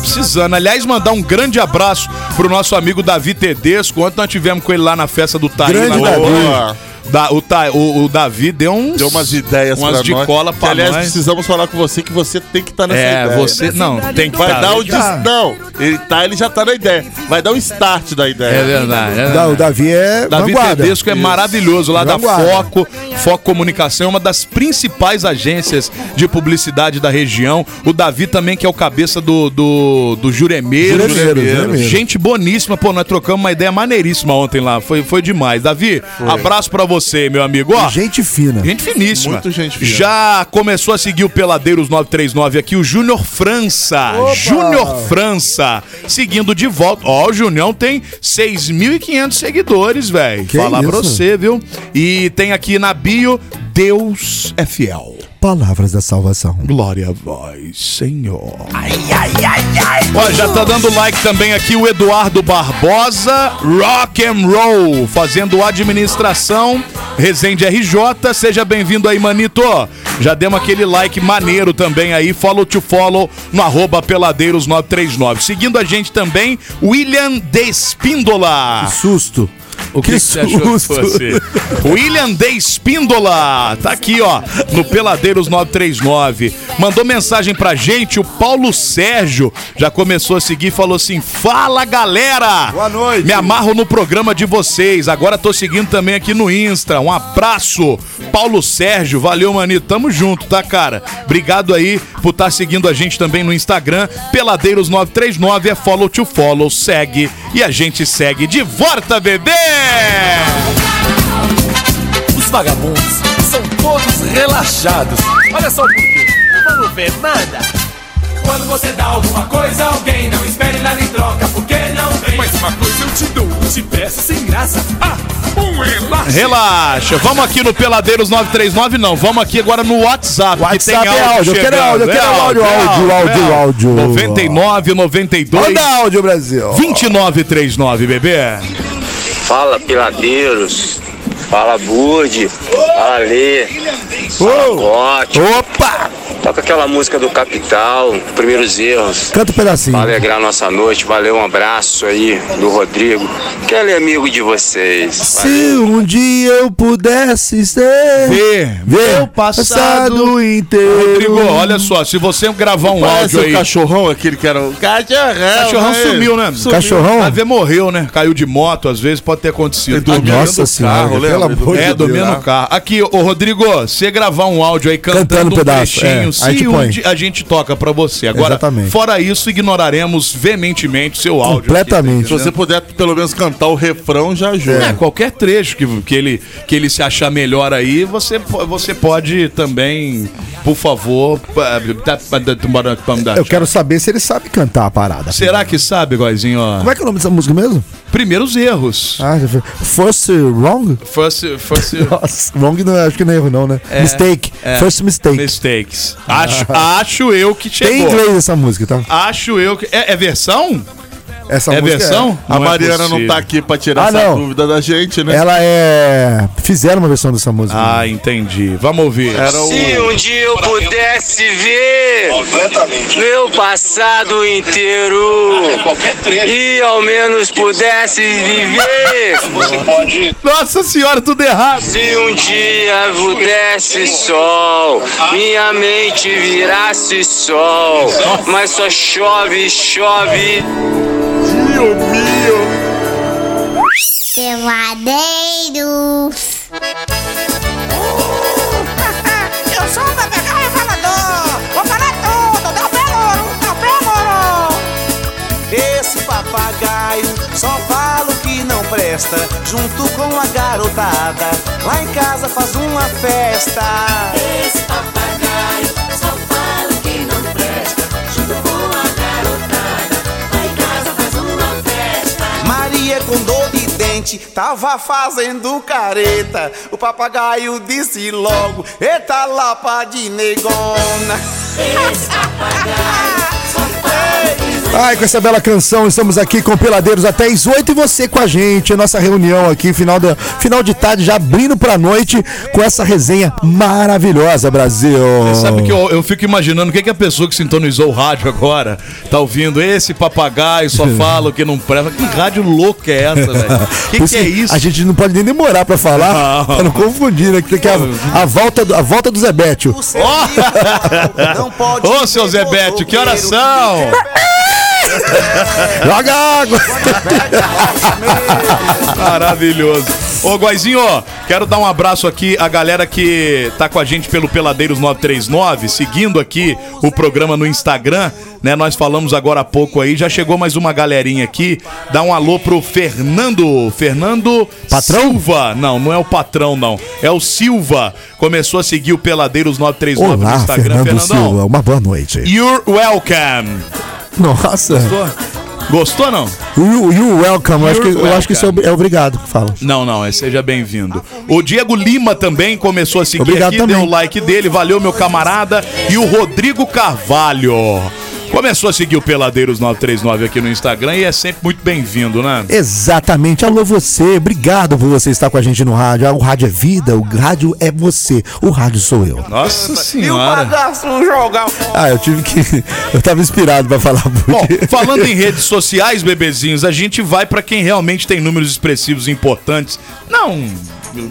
Precisando. Aliás, mandar um grande abraço pro nosso amigo Davi Tedesco. Ontem nós tivemos com ele lá na festa do Taí. Grande lá na Davi. Boa. Da- o, Ta- o- o Davi deu uns. Deu umas ideias umas pra de nós. cola Que, pra aliás, nós. precisamos falar com você que você tem que estar nessa É, ideia. né? você- não, tem que Vai tá. dar o... Tá. des- Não, ele, tá, ele já tá na ideia. Vai dar o start da ideia. É verdade, é verdade. Da- o Davi é Davi vanguarda. Tedesco é maravilhoso lá Vanguarda. da Foco, Foco Comunicação, é uma das principais agências de publicidade da região. O Davi também, que é o cabeça do, do, do Juremeiro. Juremeiro, Juremeiro. Gente boníssima, pô, nós trocamos uma ideia maneiríssima ontem lá. Foi, foi demais. Davi, abraço pra você, meu amigo. Ó, Gente fina. Gente finíssima. Muito gente fina. Já começou a seguir o Peladeiros 939 aqui, o Júnior França. Júnior França. Seguindo de volta. Ó, o Junião tem 6.500 seguidores, velho. Que Falar pra isso? você, viu? E tem aqui na bio, Deus é fiel. Palavras da salvação. Glória a vós, Senhor. Ó, já tá dando like também aqui o Eduardo Barbosa, Rock and Roll, fazendo administração, Resende RJ, seja bem-vindo aí, Manito. Já demos aquele like maneiro também aí, follow to follow no arroba peladeiros 939. Seguindo a gente também, William Despíndola. Ah. Susto. O que, que você achou que susto. fosse? William D. Espíndola, tá aqui, ó, no Peladeiros 939. Mandou mensagem pra gente, o Paulo Sérgio já começou a seguir e falou assim: Fala galera! Boa noite. Me amarro no programa de vocês, agora tô seguindo também aqui no Insta. Um abraço, Paulo Sérgio, valeu, Mani, tamo junto, tá, cara? Obrigado aí por estar seguindo a gente também no Instagram, Peladeiros 939 é follow to follow, segue e a gente segue de volta, bebê! Os vagabundos são todos relaxados. Olha só por quê. Vamos ver nada. Quando você dá alguma coisa a alguém, não espere nada em troca, porque não vem. Mas uma coisa eu te dou, te peço sem graça. Ah, um relaxa. Relaxa, vamos aqui no Peladeiros 939, não. Vamos aqui agora no WhatsApp. WhatsApp é áudio, eu quero chegando. áudio, eu É quero áudio, áudio, áudio, áudio. 99, 92. Manda áudio, Brasil. 2939, bebê. Fala, Piladeiros. Fala, Burde. Fala, Lê. Fala, Cote. Opa! Toca aquela música do Capital, Primeiros Erros. Canta um pedacinho. Pra alegrar nossa noite. Valeu, um abraço aí do Rodrigo, que ele é amigo de vocês. Se um dia eu pudesse ser Ver ver meu passado inteiro. Rodrigo, olha só, se você gravar um Parece áudio o aí. cachorrão aquele que era o cachorrão. Cachorrão né? sumiu, né? Cachorrão? A ver morreu, né? Caiu de moto, às vezes pode ter acontecido. Ele dormiu Tá Nossa dentro do Senhora, carro, pelo lembra? amor de É, Deus. tá? dormindo no carro. Aqui, ô Rodrigo, você gravar um áudio aí cantando, Cantando um um pedaço, trechinho, é. Aí se te um põe. dia a gente toca pra você. Agora, Exatamente. fora isso, ignoraremos veementemente seu áudio. Completamente. Se você puder pelo menos cantar o refrão, já ajuda. É, qualquer trecho que, que, ele, que ele se achar melhor aí, você, po- você pode também, por favor. pa- tá- Eu quero né? saber se ele sabe cantar a parada. Será que sabe, Góizinho? ó? Como é que é o nome dessa música mesmo? Primeiros erros. Ah, já foi. First [laughs] Wrong? First, first, Nossa, wrong [laughs] não, acho que não é erro, não, né? É, mistake. é. First Mistake. Mistakes. Acho, acho eu que chegou. Tem inglês essa música, tá? Acho eu que. É, é versão? Essa É música versão? A Não é Mariana não possível. tá aqui pra tirar Ah, essa não. dúvida da gente, né? Ela é. Fizeram uma versão dessa música. Ah, entendi. Vamos ouvir. Era o... Se um dia eu pudesse ver meu passado inteiro e ao menos pudesse viver, Nossa senhora, tudo errado. se um dia pudesse sol, minha mente virasse sol, mas só chove, chove. Peladeiros. Eu sou o papagaio falador, vou falar tudo, dá pelo, dá pelo. Esse papagaio só fala o que não presta. Junto com a garotada, lá em casa faz uma festa. Esse papagaio só fala o que não presta, junto com a garotada, lá em casa faz uma festa. Maria com dor de dente tava fazendo careta. O papagaio disse logo: Eita lapa de negona. Esse papagaio só fala o que não Ai, com essa bela canção, estamos aqui com Peladeiros até as 8 e você com a gente. A nossa reunião aqui, final, da, final de tarde, já abrindo pra noite com essa resenha maravilhosa, Brasil. Você sabe que eu, eu fico imaginando o que, que a pessoa que sintonizou o rádio agora tá ouvindo esse papagaio, só fala o que não presta. Que rádio louca é essa, velho? Por Que isso que é isso? A gente não pode nem demorar pra falar, [laughs] pra não confundir, né? Que tem que a, a volta, do- a volta do Zé Bétio. Ô, seu Zé Bete, que horas são? Joga água! Maravilhoso. Ô, Guaizinho, ó, quero dar um abraço aqui à galera que tá com a gente pelo Peladeiros 939, seguindo aqui o programa no Instagram, né? Nós falamos agora há pouco aí, já chegou mais uma galerinha aqui. Dá um alô pro Fernando, Fernando Silva. Não, não é o patrão não, é o Silva. Começou a seguir o Peladeiros 939 no Olá, Instagram, Fernando Fernandão. Silva. Uma boa noite. You're welcome. Nossa. Gostou? Gostou não? You, you welcome. Eu acho que, You're eu acho que isso é ob- é obrigado que fala. Não, não, é seja bem-vindo. O Diego Lima também começou a seguir Obrigado aqui, também. deu o like dele, valeu meu camarada. E o Rodrigo Carvalho começou a seguir o Peladeiros 939 aqui no Instagram e é sempre muito bem-vindo, né? Exatamente. Alô, você. Obrigado por você estar com a gente no rádio. Ah, O rádio é vida, o rádio é você. O rádio sou eu. Nossa senhora. Ah, eu tive que. [laughs] Eu tava inspirado pra falar. Bom, falando em redes sociais, bebezinhos, a gente vai pra quem realmente tem números expressivos importantes. Não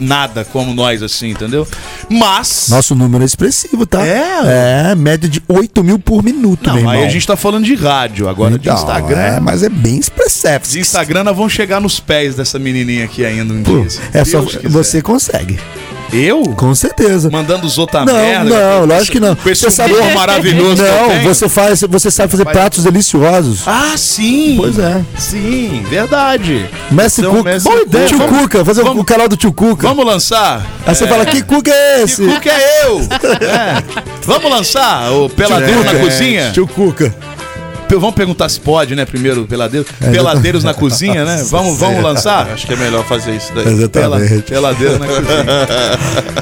nada como nós assim, entendeu? Mas Nosso número é expressivo, tá? É. É, média de 8 mil por minuto, Não, meu irmão. aí a gente tá falando de rádio, agora Então, de Instagram. é, mas é bem expressivo. De Instagram nós vamos chegar nos pés dessa menininha aqui ainda um dia. se É só Deus quiser. você consegue. Eu? Com certeza. Mandando os outros a não, merda. não, lógico que não. Com esse Você sabe- humor maravilhoso que eu Não, tenho. você faz, você sabe fazer Vai- pratos deliciosos. Ah, sim. Pois é. Sim, verdade. Messi Então, Cuca. Messi Boa ideia. Tio Vamos- Cuca, fazer o canal do Tio Cuca. Vamos lançar. Aí você fala, que Cuca é esse? Que Cuca é [laughs] eu. É. Vamos lançar o Peladeiro na Cuca, é cozinha? Tio Cuca. P- Vamos perguntar se pode, né? Primeiro, peladeiro. É, tá- Peladeiros [laughs] na cozinha, né? Vamos, vamos lançar? Acho que é melhor fazer isso daí. Pela, peladeiro na cozinha. [laughs]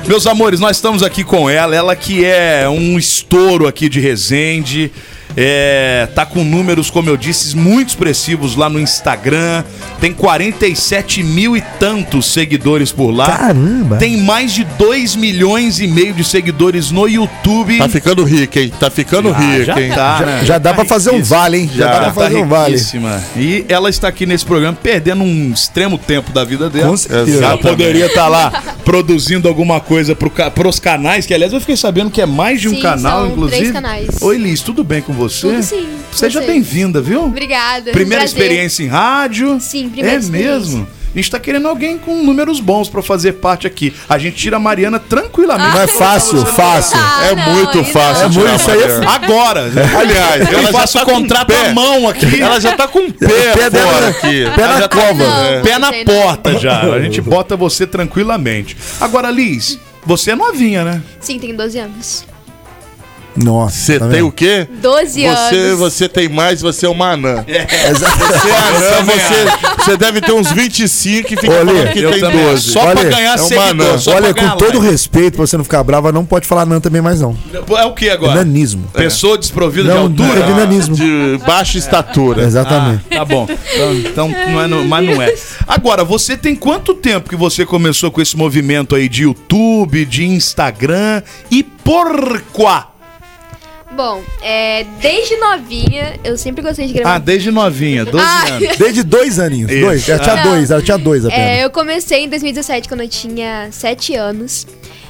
Meus amores, nós estamos aqui com ela, ela que é um estouro aqui de Resende. É, tá com números, como eu disse, muito expressivos lá no Instagram. Tem 47 mil e tantos seguidores por lá. Caramba! Tem mais de 2 milhões e meio de seguidores no YouTube. Tá ficando rico, hein? Tá ficando Ah, rico, já hein? tá, né? Já dá pra fazer um riquíssima. vale, hein? Já, dá pra tá fazer um vale. riquíssima. E ela está aqui nesse programa perdendo um extremo tempo da vida dela. Com certeza. Ela Exatamente. poderia estar lá produzindo alguma coisa pro, ca- pros canais, que aliás eu fiquei sabendo que é mais de um Sim, canal, são inclusive. três canais. Oi, Liz, tudo bem com você? Tudo sim, Seja vocês? bem-vinda, viu? Obrigada. um Primeira prazer. experiência em rádio. Sim, primeira É experiência. mesmo. A gente tá querendo alguém com números bons pra fazer parte aqui. A gente tira a Mariana Ah, tranquilamente. Não é fácil, fácil. É muito fácil. É muito, isso aí é Mariana. Agora. né? Aliás, eu ela já faço tá o com contrato pé. à mão aqui. Ela já tá com o pé, Pé dela- fora aqui. pé Ela na já tá- cova. É. Pé na porta já. A gente bota você tranquilamente. Agora, Liz, você é novinha, né? Sim, tem 12 anos. Nossa. Você tá Tá tem o quê? 12 Você, anos. você tem mais, você é uma anã. Você é Eu anã, também você, você deve ter uns 25 e fica Olha, falando que eu tem também. 12. Só pra ganhar uma seguidor, anã. só Olha, pra ganhar com todo like. respeito, pra você não ficar brava, não pode falar não também mais não. É o que agora? Nanismo. Pessoa desprovida Não, de altura? é de nanismo. De baixa estatura. Exatamente. Ah, tá bom. Então, então não é, no- mas não é. Agora, você tem quanto tempo que você começou com esse movimento aí de YouTube, de Instagram e porquá? Bom, é, desde novinha eu sempre gostei de gravar. Ah, desde novinha, 12 Ah. anos. Desde dois aninhos. Isso. Ah. Dois. Ela tinha Não. dois, ela tinha dois apenas. É, eu comecei em 2017, quando eu tinha 7 anos.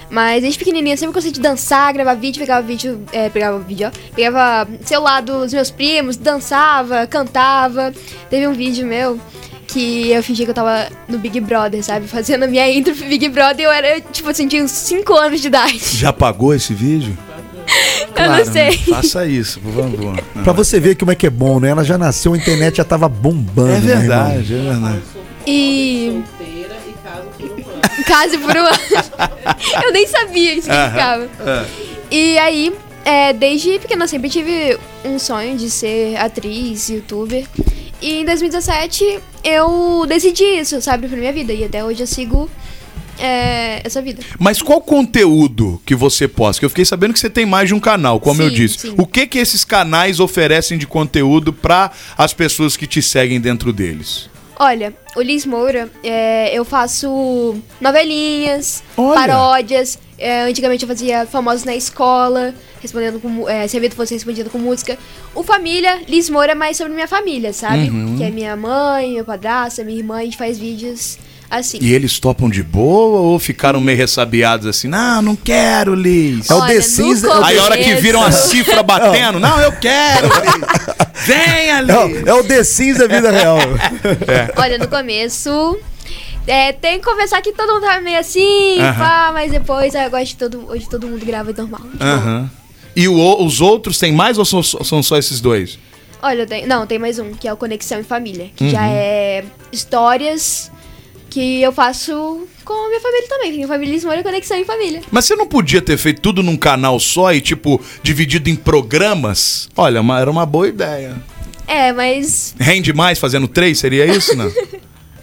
Mas desde pequenininha eu sempre gostei de dançar, gravar vídeo, pegava vídeo, é, pegava vídeo, ó, pegava celular dos meus primos, dançava, cantava. Teve um vídeo meu que eu fingi que eu tava no Big Brother, sabe? Fazendo a minha intro pro Big Brother, eu era, tipo assim, tinha uns 5 anos de idade. [laughs] Já pagou esse vídeo? eu não sei. né? Faça isso, por favor. Pra você ver como é que é bom, né? Ela já nasceu, a internet já tava bombando. É né, irmão? verdade, é verdade. E. [laughs] Case por um ano. eu nem sabia que isso significava. E aí, é, desde pequena eu sempre tive um sonho de ser atriz, youtuber. E em 2017 eu decidi isso, sabe, pra minha vida. E até hoje eu sigo é, essa vida. Mas qual conteúdo que você posta? Que eu fiquei sabendo que você tem mais de um canal, como eu Sim, disse. sim. O que que esses canais oferecem de conteúdo para as pessoas que te seguem dentro deles? Olha, o Liz Moura, é, eu faço novelinhas, paródias. é, antigamente eu fazia famosos na escola, respondendo com. mu- É, se a vida fosse respondida com música. O Família, Liz Moura é mais sobre minha família, sabe? Uhum. Que é minha mãe, meu padrasto, minha irmã, a gente faz vídeos assim. E eles topam de boa ou ficaram meio ressabiados assim? Não, não quero, Liz. É o Olha, The no Sims, é o The Aí a hora que começo- viram a cifra batendo, não, eu quero, Liz. [laughs] Vem, ali. É É, o The Sims da [laughs] vida real. Olha, no começo. é, tem que conversar que todo mundo tá meio assim, Aham. pá, mas depois ah, eu gosto de todo, hoje todo mundo grava normal. Tipo, Aham. E o- os outros tem mais ou são, são só esses dois? Olha, eu tenho- não, tem mais um, que é o Conexão em Família, que Uhum. já é histórias que eu faço com a minha família também. Minha família Lismoura é Conexão em Família. Mas você não podia ter feito tudo num canal só e, tipo, dividido em programas? Olha, uma- era uma boa ideia. É, mas. Rende mais fazendo três? Seria isso, não?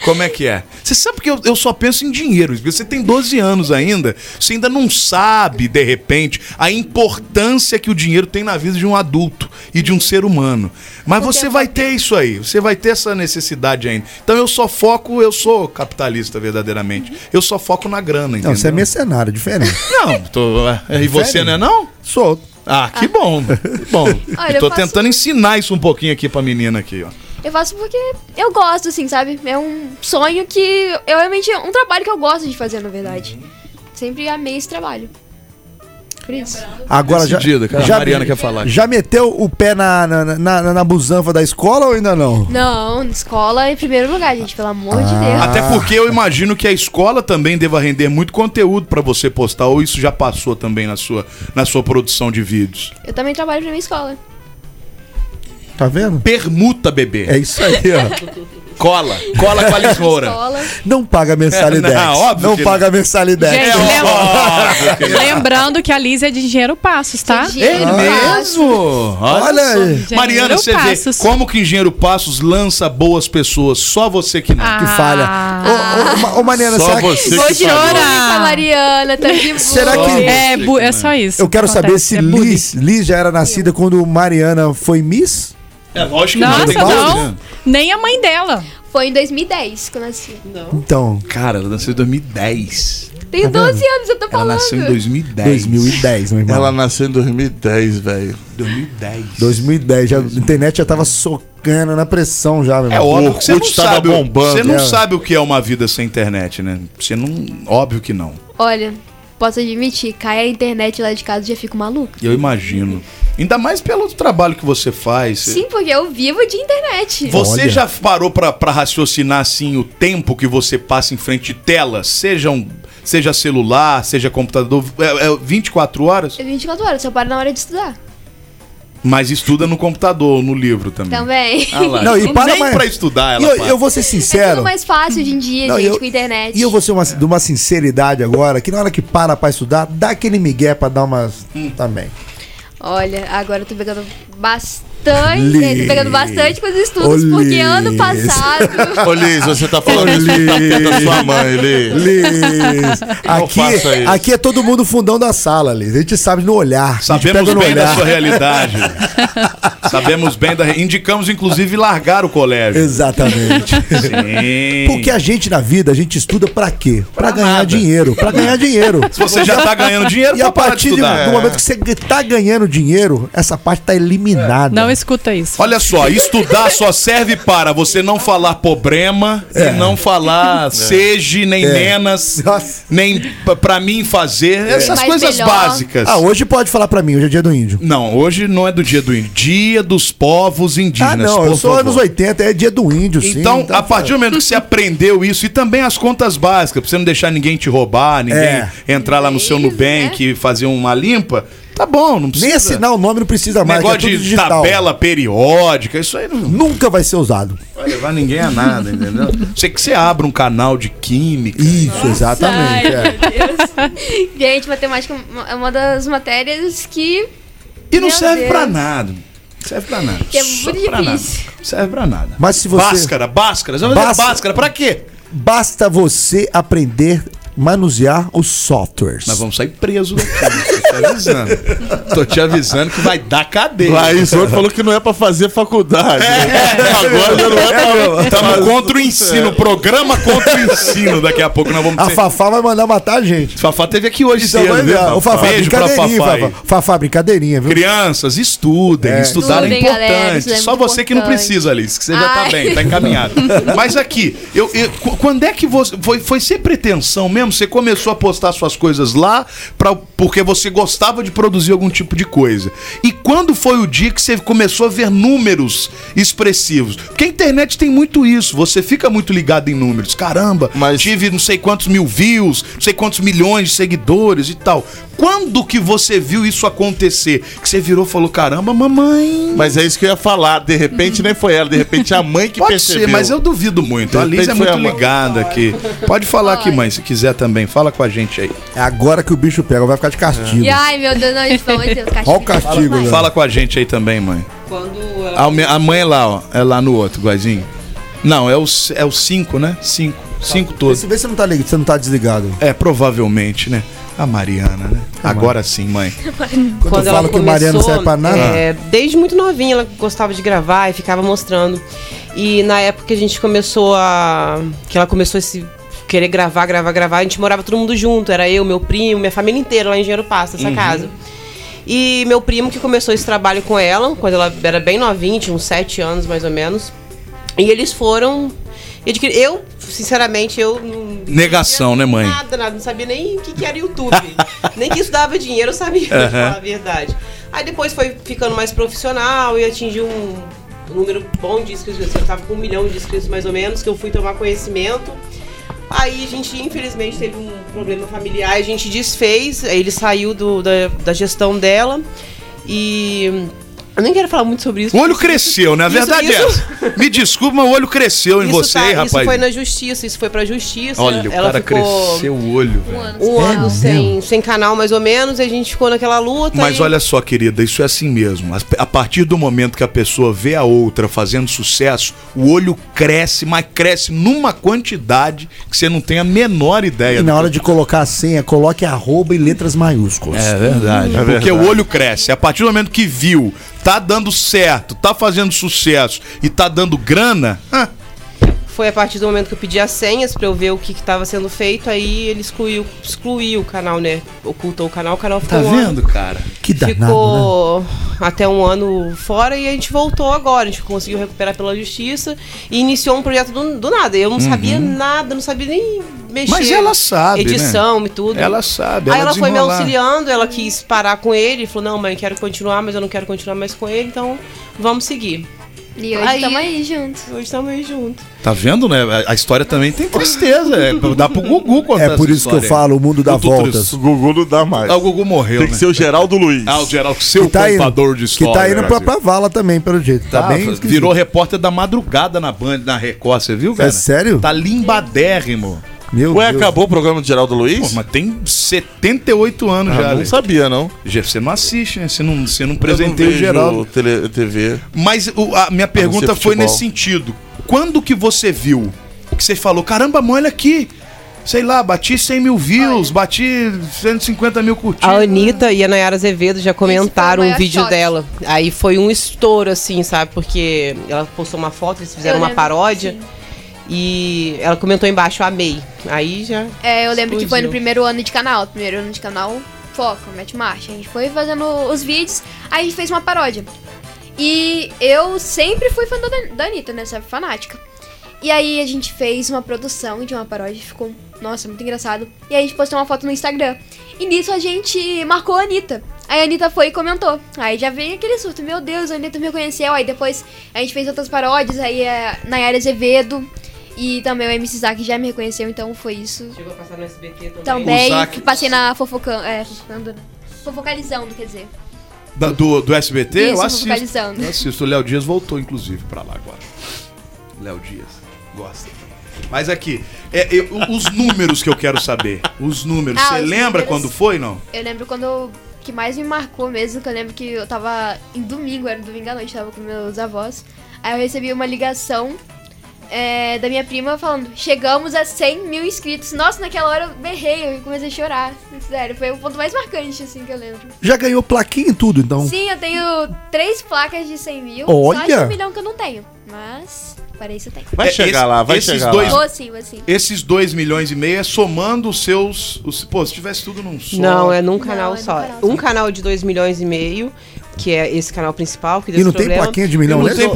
Como é que é? Você sabe que eu, eu só penso em dinheiro. Você tem 12 anos ainda. Você ainda não sabe, de repente, a importância que o dinheiro tem na vida de um adulto e de um ser humano. Mas você vai ter isso aí. Você vai ter essa necessidade ainda. Então eu só foco, eu sou capitalista verdadeiramente. Eu só foco na grana, entendeu? Não, você é mercenário, diferente. Não, tô- é, e você não é não? Sou. Ah, que bom. que bom. Olha, Eu tô eu faço- tentando ensinar isso um pouquinho aqui pra menina aqui, ó. Eu faço porque eu gosto, assim, sabe? É um sonho que. Eu realmente. É um trabalho que eu gosto de fazer, na verdade. Sempre amei esse trabalho. Por isso. Agora já, Decidida, cara. já. A Mariana quer falar. Já meteu o pé na, na, na, na- na busanfa da escola ou ainda não? Não, na escola em primeiro lugar, gente, pelo amor de Deus. Até porque eu imagino que a escola também deva render muito conteúdo pra você postar, ou isso já passou também na sua, na sua produção de vídeos. Eu também trabalho pra minha escola. Tá vendo? Permuta, bebê. É isso aí, ó. Cola. Cola [laughs] com a Liz Moura. Não paga [laughs] mensalidade. Não, óbvio Não que paga mensalidade. Gente, É lembra- óbvio que não. Lembrando que a Liz é de Engenheiro Passos, tá? É mesmo? Olha, Olha aí. só. Mariana, Engenheiro você vê Passos. como que Engenheiro Passos lança boas pessoas, só você que não. Que falha. Ô, ô, ô, ô, Mariana, Só será que- você Vou que chorar. falha. Eita, Mariana, tá de boa. Será que- É, bu- é só isso. Eu quero que saber acontece. se É bullying. Liz, Liz já era nascida quando Mariana foi Miss? É lógico que Nossa, tem que não. fazer, né? Nem a mãe dela. Foi em 2010 que eu nasci. Não. Então. Cara, ela nasceu em 2010. Tenho Tá vendo? 12 anos, eu tô Ela falando. nasceu em 2010. 2010, meu irmão. Ela nasceu em 2010, velho. 2010. 2010, já, a internet já tava socando na pressão já, meu É irmão. óbvio que você não, estava sabe, você não É. sabe o que é uma vida sem internet, né? Você não. Óbvio que não. Olha, posso admitir, cai a internet lá de casa e já fico maluco. Eu imagino. Ainda mais pelo trabalho que você faz. você- Sim, porque eu vivo de internet. Você já parou pra pra raciocinar assim o tempo que você passa em frente de telas, seja, um, seja celular, seja computador, é, é 24 horas? É 24 horas, só paro na hora de estudar. Mas estuda no computador, no livro também. Hum. [laughs] Também. Ah lá, Não, e para nem mais- pra estudar E ela eu, para. eu É vou ser Tudo sincero. mais fácil hoje em dia, Não, gente, eu- com internet. E eu vou ser uma- de uma sinceridade agora, que na hora que para pra estudar, dá aquele migué pra dar umas. hum, Também. Olha, agora eu tô pegando bastante. Liz. Tô pegando bastante com os estudos, Ô, porque Liz. ano passado. Ô, Liz, você tá falando isso tá perto da sua mãe, Liz. Liz. Não Aqui, faça isso. aqui é todo mundo fundão da sala, Liz. A gente sabe no olhar. a gente Sabemos pega no bem olhar. da [laughs] sua realidade. Sabemos bem da. Indicamos, inclusive, largar o colégio. Exatamente. Sim. Porque a gente na vida, a gente estuda pra quê? Pra, ganhar dinheiro. Pra ganhar dinheiro. [laughs] Se você já tá ganhando dinheiro, E a pode parar de partir de- estudar. é. do momento que você tá ganhando dinheiro, essa parte tá eliminada. Não escuta isso. Olha só, estudar só serve para você não falar problema, e não [laughs] falar seja, nem É. menos, nem p- pra mim fazer, essas mais coisas melhor. básicas. Ah, hoje pode falar pra mim, hoje é dia do índio. Não, hoje não é do dia do índio, dia dos povos indígenas. Ah, não, eu por sou favor. anos 80, é dia do índio, sim. tá Então, a partir do momento que [laughs] você aprendeu isso, e também as contas básicas, pra você não deixar ninguém te roubar, ninguém É. entrar lá no seu né? Nubank e fazer uma limpa, tá bom, não precisa. Nem assinar o nome não precisa mais, Negócio que é tudo de digital. tabela periódica, isso aí não Nunca vai ser usado. vai levar ninguém a nada, entendeu? Você que você abre um canal de química. Isso, Ai, exatamente. é. meu Deus. Gente, matemática é uma- é uma das matérias que. E não Meu serve Deus. pra nada. Não Serve pra nada. Que é Só muito pra nada. difícil. Não Serve pra nada. Mas se você- Báscara, báscara. Você vai fazer Báscara- báscara pra quê? Basta você aprender manusear os softwares. Nós vamos sair preso daqui. Tô te avisando. Tô te avisando que vai dar cadeia. Laís outro falou que não é pra fazer faculdade. né? Agora já não é pra- Tá Estamos contra o É. ensino. Programa contra o ensino. Daqui a pouco nós vamos A Fafá vai mandar matar a gente. Fafá teve aqui hoje Então cedo, vai viu, ver. Ô, Fafá, Beijo pra brincadeirinha, Fafá aí. Fafá. Fafá, brincadeirinha, viu? Crianças, estudem. É. Estudar é Estudem, importante. galera, estudar é Só muito você que não importante. precisa, Alice, que você já tá Ai. bem, tá [laughs] encaminhado. Mas aqui, eu, eu- qu- quando é que você. Foi, foi sem pretensão mesmo? Você começou a postar suas coisas lá pra, porque você gostava de produzir algum tipo de coisa. E quando foi o dia que você começou a ver números expressivos? Porque a internet tem muito isso. Você fica muito ligado em números. Caramba, tive não sei quantos mil views, não sei quantos milhões de seguidores e tal. Quando que você viu isso acontecer? Que você virou e falou: caramba, mamãe. Mas é isso que eu ia falar. De repente nem foi ela, de repente a mãe que Pode percebeu. ser, mas eu duvido muito. De A Liz é repente foi muito a mãe. ligada aqui. Pode falar aqui, mãe, se quiser também. Fala com a gente aí. É agora que o bicho pega, vai ficar de castigo. E ai, meu Deus, não, gente, pelo [laughs] amor de Deus, castigo. Olha o né? castigo, Vai. Fala com a gente aí também, mãe. A, me- a mãe é lá, ó. É lá no outro, Guazinho. Não, é o 5, é o cinco, né? 5. 5 todos. Vê se não tá ligado, você não tá desligado. É, provavelmente, né? A Mariana, né? Agora sim, mãe. Quando, eu falo que Mariana não serve pra nada? é, desde muito novinha ela gostava de gravar e ficava mostrando. E na época que a gente começou a. que ela começou a se querer gravar, gravar, gravar, a gente morava todo mundo junto. Era eu, meu primo, minha família inteira lá em Engenheiro Passo, essa Uhum. casa. E meu primo que começou esse trabalho com ela, quando ela era bem novinha, tinha uns 7 anos mais ou menos. E eles foram. adquirir- Eu, sinceramente, eu não- Negação, né, mãe? Nada, nada. Não sabia nem o que, que [laughs] era YouTube. nem que isso dava dinheiro, eu sabia, pra Aham. falar a verdade. Aí depois foi ficando mais profissional e atingiu um número bom de inscritos. Eu tava com um milhão de inscritos, mais ou menos, que eu fui tomar conhecimento. Aí a gente, infelizmente, teve um problema familiar. A gente desfez, aí ele saiu do- da, da gestão dela. E... Eu nem quero falar muito sobre isso. O olho cresceu, né? A Isso- verdade é isso- essa. Me desculpa, mas o olho cresceu em Isso você, tá- hein, rapaz. Isso foi na justiça, isso foi pra justiça. Olha, o Ela cara ficou- cresceu o olho, velho. um ano sem, sem canal, mais ou menos, e a gente ficou naquela luta. Mas e- olha só, querida, isso é assim mesmo. As- A partir do momento que a pessoa vê a outra fazendo sucesso, o olho cresce, mas cresce numa quantidade que você não tem a menor ideia. E do na que hora de colocar a senha, coloque arroba e letras maiúsculas. É verdade. porque o olho cresce. A partir do momento que viu, tá dando certo, tá fazendo sucesso e tá dando grana, ah, Foi a partir do momento que eu pedi as senhas pra eu ver o que, que tava sendo feito, aí ele excluiu, excluiu o canal, né? Ocultou o canal, o canal ficou. tá um ano- vendo, né? cara? Que né? Ficou até um ano fora e a gente voltou agora. A gente conseguiu recuperar pela justiça e iniciou um projeto do, do nada. Eu não Uhum. sabia nada, não sabia nem mexer. Mas ela sabe, Edição né? e tudo. Ela sabe, Aí ela ela foi me desenrolar. auxiliando, ela quis parar com ele. Falou: Não, mãe, eu quero continuar, mas eu não quero continuar mais com ele, então vamos seguir. E hoje tamo aí juntos. Hoje estamos aí juntos. Tá vendo, né? A- A história também tem tristeza. É, dá pro Gugu contar É por essa isso que eu história. falo, o mundo dá Gugu voltas. triste. Gugu não dá mais. Ah, o Gugu morreu. Tem que ser o Geraldo Luiz. Ah, o Geraldo, seu Que tá indo- contador de Que história. tá indo pra, Brasil. pra vala também, pelo jeito. Tá, Tá, bem? esquisito. virou repórter da madrugada na Band, na Record, você viu, cara? É sério? Tá limbadérrimo. Meu Ué, Deus. acabou o programa do Geraldo Luiz? Pô, mas tem 78 anos Ah, já. não sabia, não. Você não assiste, né? Você não, você não Presentei presenteia o Geraldo. Tele, TV. Mas o- a minha Ah, pergunta não sei foi futebol. nesse sentido. Quando que você viu que você falou, caramba, mãe, olha aqui. Sei lá, bati 100 mil views, bati 150 mil curtidas. A Anitta e a Nayara Azevedo já Esse foi o comentaram um maior vídeo choque. dela. Aí foi um estouro, assim, sabe? Porque ela postou uma foto, eles fizeram Eu uma lembro, paródia. E ela comentou embaixo, amei. Aí já. É, eu lembro que foi Explodiu. no primeiro ano de canal. Primeiro ano de canal, foco, mete marcha. A gente foi fazendo os vídeos, aí a gente fez uma paródia. E eu sempre fui fã da, Dan- da Anitta, né? Sabe, fanática. E aí a gente fez uma produção de uma paródia, ficou, nossa, muito engraçado. E aí a gente postou uma foto no Instagram. E nisso a gente marcou a Anitta. Aí a Anitta foi e comentou. Aí já veio aquele surto, meu Deus, a Anitta me reconheceu. Aí depois a gente fez outras paródias, aí a Nayara Azevedo e também o MC Zack já me reconheceu, então foi isso. Chegou a passar no SBT também. Também, O Zaque- passei na fofocando, é, fofocando, fofocalizando, quer dizer. Da- do, do SBT, eu Isso, assisto. focalizando. Eu assisto. O Léo Dias voltou, inclusive, pra lá agora. Léo Dias. Gosta. Mas aqui, é, eu- os números que eu quero saber. Os números. Ah, Você os lembra números. quando foi, não? Eu lembro quando eu- que mais me marcou mesmo, que eu lembro que eu tava em domingo, era um domingo à noite, tava com meus avós. Aí eu recebi uma ligação é, da minha prima falando: chegamos a 100 mil inscritos. Nossa, naquela hora eu berrei, eu comecei a chorar. Sério, foi o ponto mais marcante, assim, que eu lembro. Já ganhou plaquinha em tudo, então. Sim, eu tenho três placas de 100 mil. Só de Um Olha! um milhão que eu não tenho. Mas, para isso eu tenho. Vai chegar lá, vai chegar É, dois, Vou sim, vou sim. Esses 2 milhões e meio é somando os seus. Os, pô, se tivesse tudo num só. Não, é num canal só. um canal de 2 milhões e meio, que é esse canal principal. Que deu esse problema. Não tem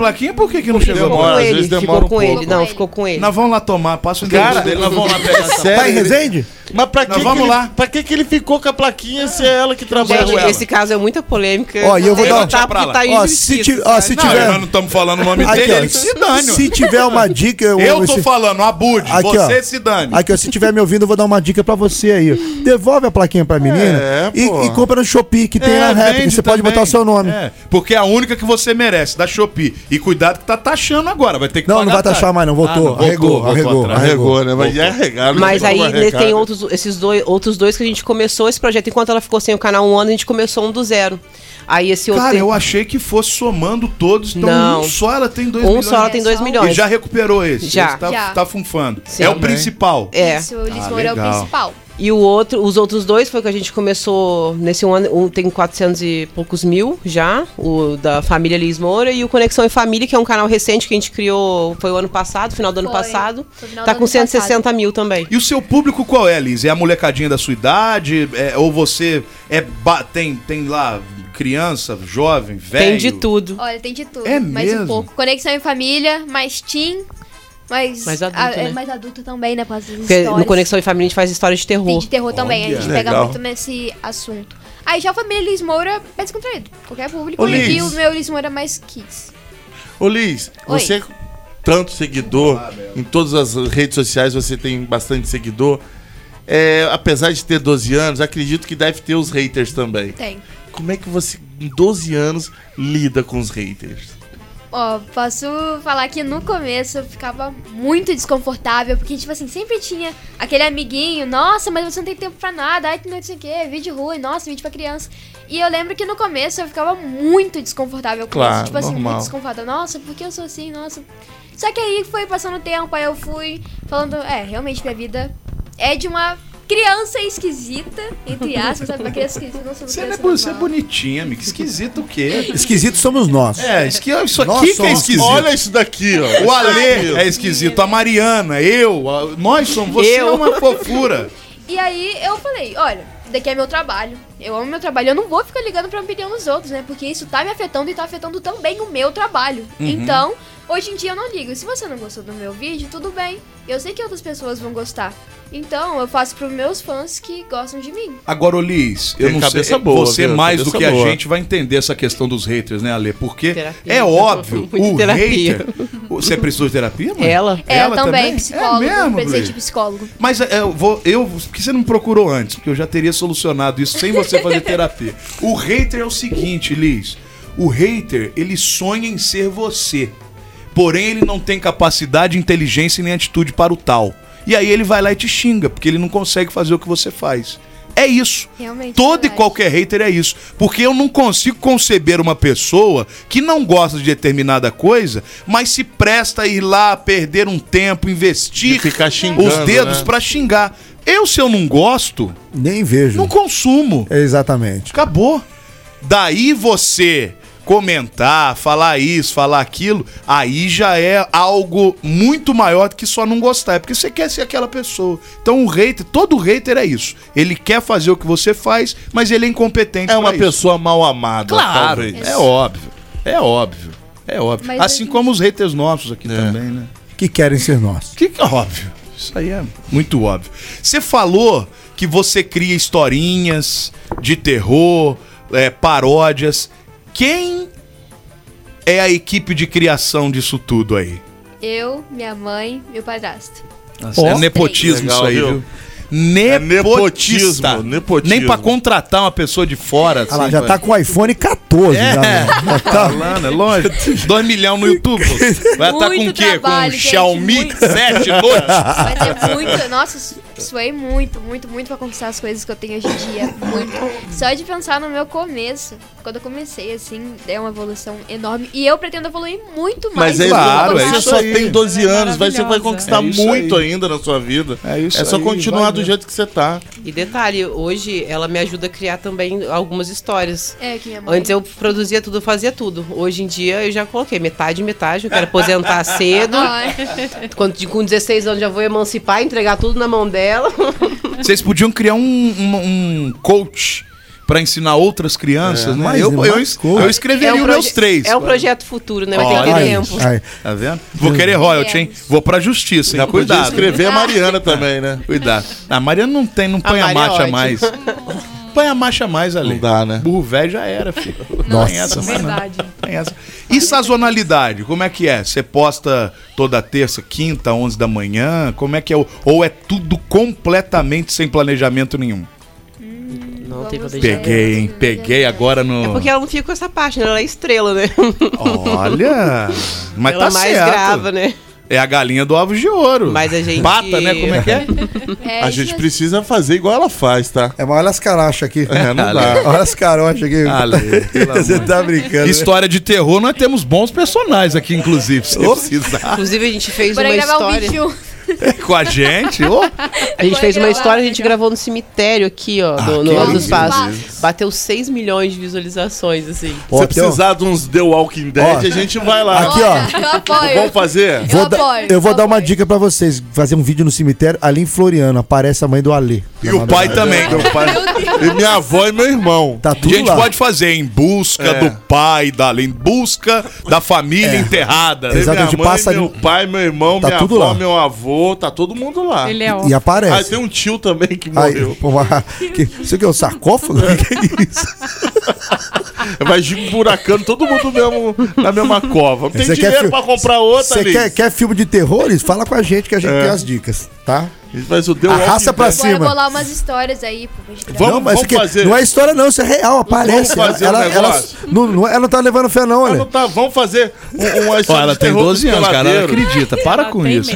plaquinha? Por que, que não chegou Ficou agora? com Às ele, vezes demora ficou um com ele. pouco. Não, ficou com ele. Nós vamos lá tomar, passa um o Cara, endereço dele, nós vamos lá pegar Tá essa sério? placa. Mas pra que, Nós vamos que ele, lá. pra que, que ele ficou com a plaquinha se é ela que trabalha Gente, com ela? esse caso é muita polêmica. Ó, e eu vou Tem dar- que botar pra porque lá. tá Ó, injustiça, se ti- ó, se sabe? tiver- Nós não estamos falando o nome Aqui, dele, ó, ele que se dane. se tiver uma dica, eu, Eu amo tô esse- falando, Abude, Aqui, ó. você se dane. Aqui, ó, se tiver me ouvindo, eu vou dar uma dica pra você aí. Devolve a plaquinha pra menina É, e, pô. e compra no Shopee, que tem É, na rap, que vende você pode também. botar o seu nome. É, porque é a única que você merece, da Shopee. E cuidado que tá taxando agora, vai ter que Não, pagar não vai taxa. taxar mais tá. não, Ah, voltou, voltou, arregou, voltou arregou, atrás. arregou. Arregou, né? Mas Voltou. é arregado. Mas aí Arregado. né, tem outros, esses dois, outros dois que a gente começou esse projeto. Enquanto ela ficou sem o canal um ano, a gente começou um do zero. Aí esse outro. Cara, tem- eu achei que fosse somando todos, então Não. um só ela tem dois Um milhões. só ela tem dois milhões. E já recuperou esse. Já. Esse tá, Já. tá funfando. Sim. É o Também. principal. É. Isso, o Lisboa é o Ah, legal. principal. E o outro, os outros dois foi que a gente começou nesse um ano, um tem 400 e poucos mil já, o da família Liz Moura e o Conexão em Família, que é um canal recente que a gente criou, foi o ano passado, final do ano Foi. passado. Foi final tá do com ano 160 passado. mil também. E o seu público qual é, Liz? É a molecadinha da sua idade? É- ou você é ba- tem, tem lá criança, jovem, velho? tudo. Olha, tem de tudo. É mais mesmo? um pouco. Conexão em família, mais teen, mais. Mais adulto, a- é, né? mais adulto também, né? Com as Porque histórias. no Conexão é em Família a gente faz história de Tem terror. de terror também, a Olha, gente pega legal. muito nesse assunto. Aí já a família Liz Moura é descontraído. Qualquer público. Ô, e aqui Liz. o meu Liz Moura é mais kids. Ô Liz, Oi. você é tanto seguidor, em todas as redes sociais você tem bastante seguidor. É, apesar de ter 12 anos, acredito que deve ter os haters também. Tem. Como é que você, em 12 anos, lida com os haters? Ó, posso falar que no começo eu ficava muito desconfortável, porque, tipo assim, sempre tinha aquele amiguinho, nossa, mas você não tem tempo pra nada, ai, que não sei o quê, vídeo ruim, nossa, vídeo pra criança. E eu lembro que no começo eu ficava muito desconfortável com Claro, isso, tipo assim, normal. muito desconfortável, nossa, por que eu sou assim, nossa. Só que aí foi passando o tempo, aí eu fui falando, é, realmente minha vida é de uma criança esquisita, entre aspas, sabe, uma criança esquisita, não sou uma Você é, criança bu- você é normal. bonitinha, amiga. Esquisito o [laughs] quê? Esquisito somos nós. É, esqui- isso aqui Nós que é somos esquisito. Olha isso daqui, ó. O Alê é esquisito, a Mariana, eu, a- nós somos. Você Eu. é uma fofura. E aí eu falei, olha, daqui é meu trabalho. Eu amo meu trabalho, eu não vou ficar ligando pra opinião dos outros, né? Porque isso tá me afetando e tá afetando também o meu trabalho. Uhum. Então, hoje em dia eu não ligo. Se você não gostou do meu vídeo, tudo bem. Eu sei que outras pessoas vão gostar. Então, eu faço pros meus fãs que gostam de mim. Agora, ô Liz, eu não Tem sei. cabeça boa, você é viu? mais Cabeça do que boa. a gente vai entender essa questão dos haters, né, Ale? Porque Terapia. é [laughs] óbvio, Muito o terapia. hater. Você precisou de terapia, mãe? Ela. Ela, É, também, psicólogo, É mesmo, precisei de Luiz? psicólogo. Mas é, eu vou. Eu, por que você não procurou antes? Porque eu já teria solucionado isso sem você fazer terapia. O hater é o seguinte, Liz. O hater, ele sonha em ser você. Porém, ele não tem capacidade, inteligência nem atitude para o tal. E aí ele vai lá e te xinga, porque ele não consegue fazer o que você faz. É isso. Realmente. Todo e qualquer hater é isso. Porque eu não consigo conceber uma pessoa que não gosta de determinada coisa, mas se presta a ir lá, perder um tempo, investir os dedos né? pra xingar. Eu, se eu não gosto, nem vejo. Não consumo. Exatamente. Acabou. Daí você comentar, falar isso, falar aquilo, aí já é algo muito maior do que só não gostar. É porque você quer ser aquela pessoa. Então o hater, todo hater é isso. Ele quer fazer o que você faz, mas ele é incompetente. É uma pra isso. pessoa mal amada. Claro, talvez. é óbvio. É óbvio. É óbvio. Mas assim como os haters nossos É. aqui também, né? Que querem ser nós. Que que é óbvio. Isso aí é muito óbvio. Você falou que você cria historinhas de terror, é, paródias. Quem é a equipe de criação disso tudo aí? Eu, minha mãe, meu padrasto. Nossa, um é nepotismo Legal, isso aí, viu? viu? Nepotista. nepotismo, nepotismo. Nem pra contratar uma pessoa de fora. Olha lá, assim, já pra- tá com o iPhone 14. É, já, né? Já tá- falando, é longe. 2 milhões no YouTube. Vai estar com o Muito quê? Com um trabalho, gente, Xiaomi muito. 7 2? Vai ter é muito. Nossa, suei muito, muito, muito pra conquistar as coisas que eu tenho hoje em dia. Muito. Só de pensar no meu começo, quando eu comecei, assim, é uma evolução enorme. E eu pretendo evoluir muito mais. Mas é do que eu claro, vou você conquistar. só tem 12 anos, vai, você vai maravilhosa. conquistar É isso muito aí. ainda na sua vida. É isso É só aí, continuar vai do mesmo. jeito que você tá. E detalhe, hoje ela me ajuda a criar também algumas histórias. É, que minha mãe- Antes eu produzia tudo, eu fazia tudo. Hoje em dia eu já coloquei metade, metade. Eu quero aposentar [laughs] cedo. Ai. Quando, de- com 16 anos já vou emancipar, entregar tudo na [laughs] mão dela. É um Vocês podiam criar um, um, um coach pra ensinar outras crianças, É, né? mas eu, é eu, mais eu, coach. escreveria É um os proje- meus três. É um projeto futuro, né? Vai ter que ter Olha, tempo. Tá vendo? Vou querer royalty, hein? Vou pra justiça, hein? podia Cuidado. escrever a Mariana também, né? Cuidado. A Mariana não tem, não A põe a, Maria é marcha ótima. mais. [laughs] Põe a marcha mais ali. Não dá, né? Burro velho já era, filho. Não tem essa, mais não. Verdade. Tem essa. E sazonalidade, como é que é? Você posta toda terça, quinta, 11 da manhã? Como é que é? Ou é tudo completamente sem planejamento nenhum? Não tem pra deixar. Peguei, hein? Peguei agora no. É porque ela não fica com essa parte, né? Ela é estrela, né? Olha! Mas ela é tá mais certo. grava, né? É a galinha do ovo de ouro. Mas a gente. Pata, né? Como é [laughs] que é? [laughs] É, a gente precisa fazer igual ela faz, tá? É, mas olha as carachas aqui. É, não Ale. dá. [laughs] Olha as carochas aqui. Ale, pelo [laughs] Você amor tá brincando. né? História de terror, nós temos bons personagens aqui, inclusive, se precisar. Inclusive, a gente fez Bora uma gravar um história. vídeo. Com a gente, [laughs] ô. A gente fez uma história, a gente gravou no cemitério aqui, Ah, ó, no, no que Alto beleza. Espaço. Bateu 6 milhões de visualizações, assim. Se é precisar de uns The Walking Dead, Ó, a gente vai lá. aqui, ó. Eu apoio. Vamos fazer? Vou Eu dar- apoio, eu vou eu dar uma dica pra vocês. Fazer um vídeo no cemitério ali em Floriano. Aparece a mãe do Ale. E o pai também. Meu pai- E minha avó e meu irmão. Tá A tudo gente lá. pode fazer em busca É. do pai, da, em busca da família enterrada. Tem Exato, a minha gente mãe, passa meu ali- pai, meu irmão, Tá minha tudo avó, lá. meu avô, tá todo mundo lá. Ele é E ótimo. aparece. Ah, tem um tio também que Aí, morreu. pô, mas- que, isso aqui é um sarcófago? Que isso? Vai buracando todo mundo mesmo na mesma cova. Não tem Você quer dinheiro fi- pra comprar outra, [laughs] Você Liz. quer, quer filme de terror? Liz? Fala com a gente que a gente É. tem as dicas, tá? Mas o The Arrasta Walking pra Dead- cima. Bora bolar umas histórias aí. Pô, pra gente gravar. Vamos- não, mas isso vamos aqui fazer. não é história não, isso é real, Vamos aparece. fazer ela, um ela- ela- negócio. não, não- ela não tá levando fé não, Ah, não olha. tá, vamos fazer um- uma Ó, história ela de tem terror do 12 anos, cara. Ela peladeiro. acredita, para com isso.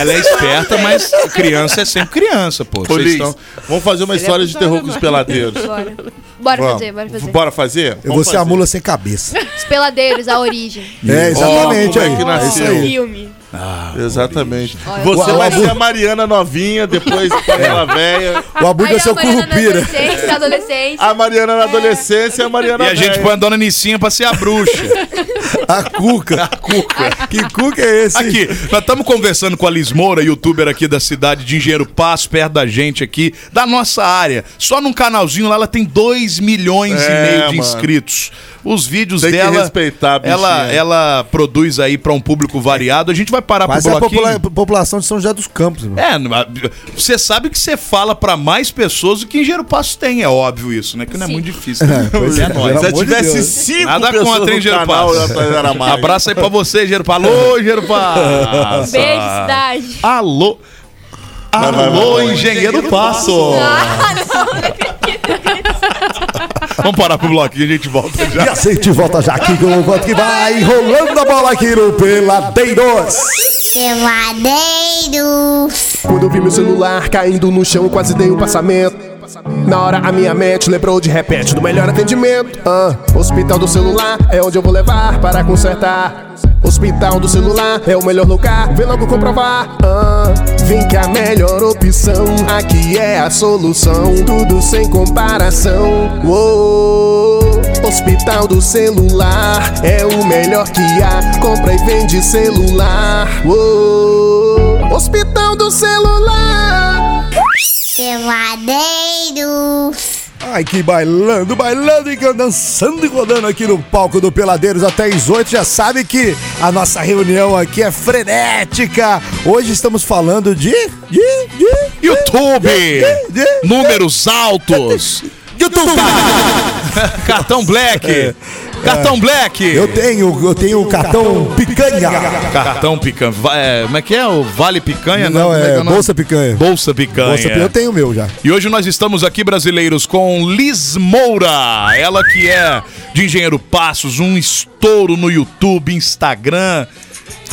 Ela é esperta, mas criança é sempre criança, pô. Ô, Vocês Liz, estão. Vamos fazer uma história de terror com os peladeiros. Bora. Bora Vamos. fazer, bora fazer. Bora fazer? Eu vou ser a mula sem cabeça. Os peladeiros, a origem. É, exatamente como é aí. que É isso nasceu. aí. Filme. Exatamente. Olha, Você o vai Abu- ser a Mariana novinha, depois É. ela velha. O Abu Aí é a seu Mariana na curupira. adolescência, [laughs] na Ah. adolescência. A Mariana na adolescência e a Mariana E a gente velha. põe a dona Nicinha pra ser a [laughs] bruxa. A cuca. Que cuca é esse? Aqui, nós estamos conversando com a Liz Moura, youtuber aqui da cidade de Engenheiro Passo, perto da gente aqui, da nossa área. Só num canalzinho lá, ela tem 2 milhões É, e meio de mano. inscritos. Os vídeos Tem que dela. respeitar a bichinha. ela, ela produz aí pra um público variado. A gente vai parar Mas é pro a bloquinho. popula- população de São José dos Campos, mano. É, não- a- você sabe que você fala pra mais pessoas do que Engenheiro Passo tem, é óbvio isso, né? Que não é Sim. muito difícil. [laughs] né? pois nóis. é, pelo Se eu amor de tivesse Deus. cinco Nada pessoas contra, hein, no Engenheiro canal, eu Passo. já era mais. Abraço aí pra você, Engenheiro Passo. Alô, Engenheiro [laughs] Passo. Beijo, cidade. Alô. Vai, vai, vai, Alô, vai. Engenheiro Passo. Ah, [laughs] não, não Vamos parar pro bloquinho, a gente volta já. E a gente volta já aqui com o voto que vai rolando a bola aqui no Peladeiros. Peladeiros. Quando eu vi meu celular caindo no chão, eu quase dei um passamento. Na hora a minha mente lembrou de repente do melhor atendimento. Ah, hospital do celular é onde eu vou levar para consertar. Hospital do celular é o melhor lugar, vem logo comprovar. Ah, vem que a melhor opção aqui é a solução, tudo sem comparação. Uou, hospital do celular é o melhor que há, compra e vende celular. Uou, hospital do celular. Peladeiros. Ai, que bailando, bailando e can- dançando e rodando aqui no palco do Peladeiros até às 8. Já sabe que a nossa reunião aqui é frenética. Hoje estamos falando de. de. de. YouTube. de- Números altos. YouTube! [laughs] É, Cartão Black. Cartão Black. Eu tenho, eu tenho o cartão picanha. Cartão picanha. Va- é, como é que é? O Vale Picanha? Não, Como que é o nome? bolsa picanha. Bolsa Picanha. Bolsa picanha, eu tenho o meu já. E hoje nós estamos aqui, brasileiros, com Liz Moura. Ela que é de Engenheiro Passos, um estouro no YouTube, Instagram.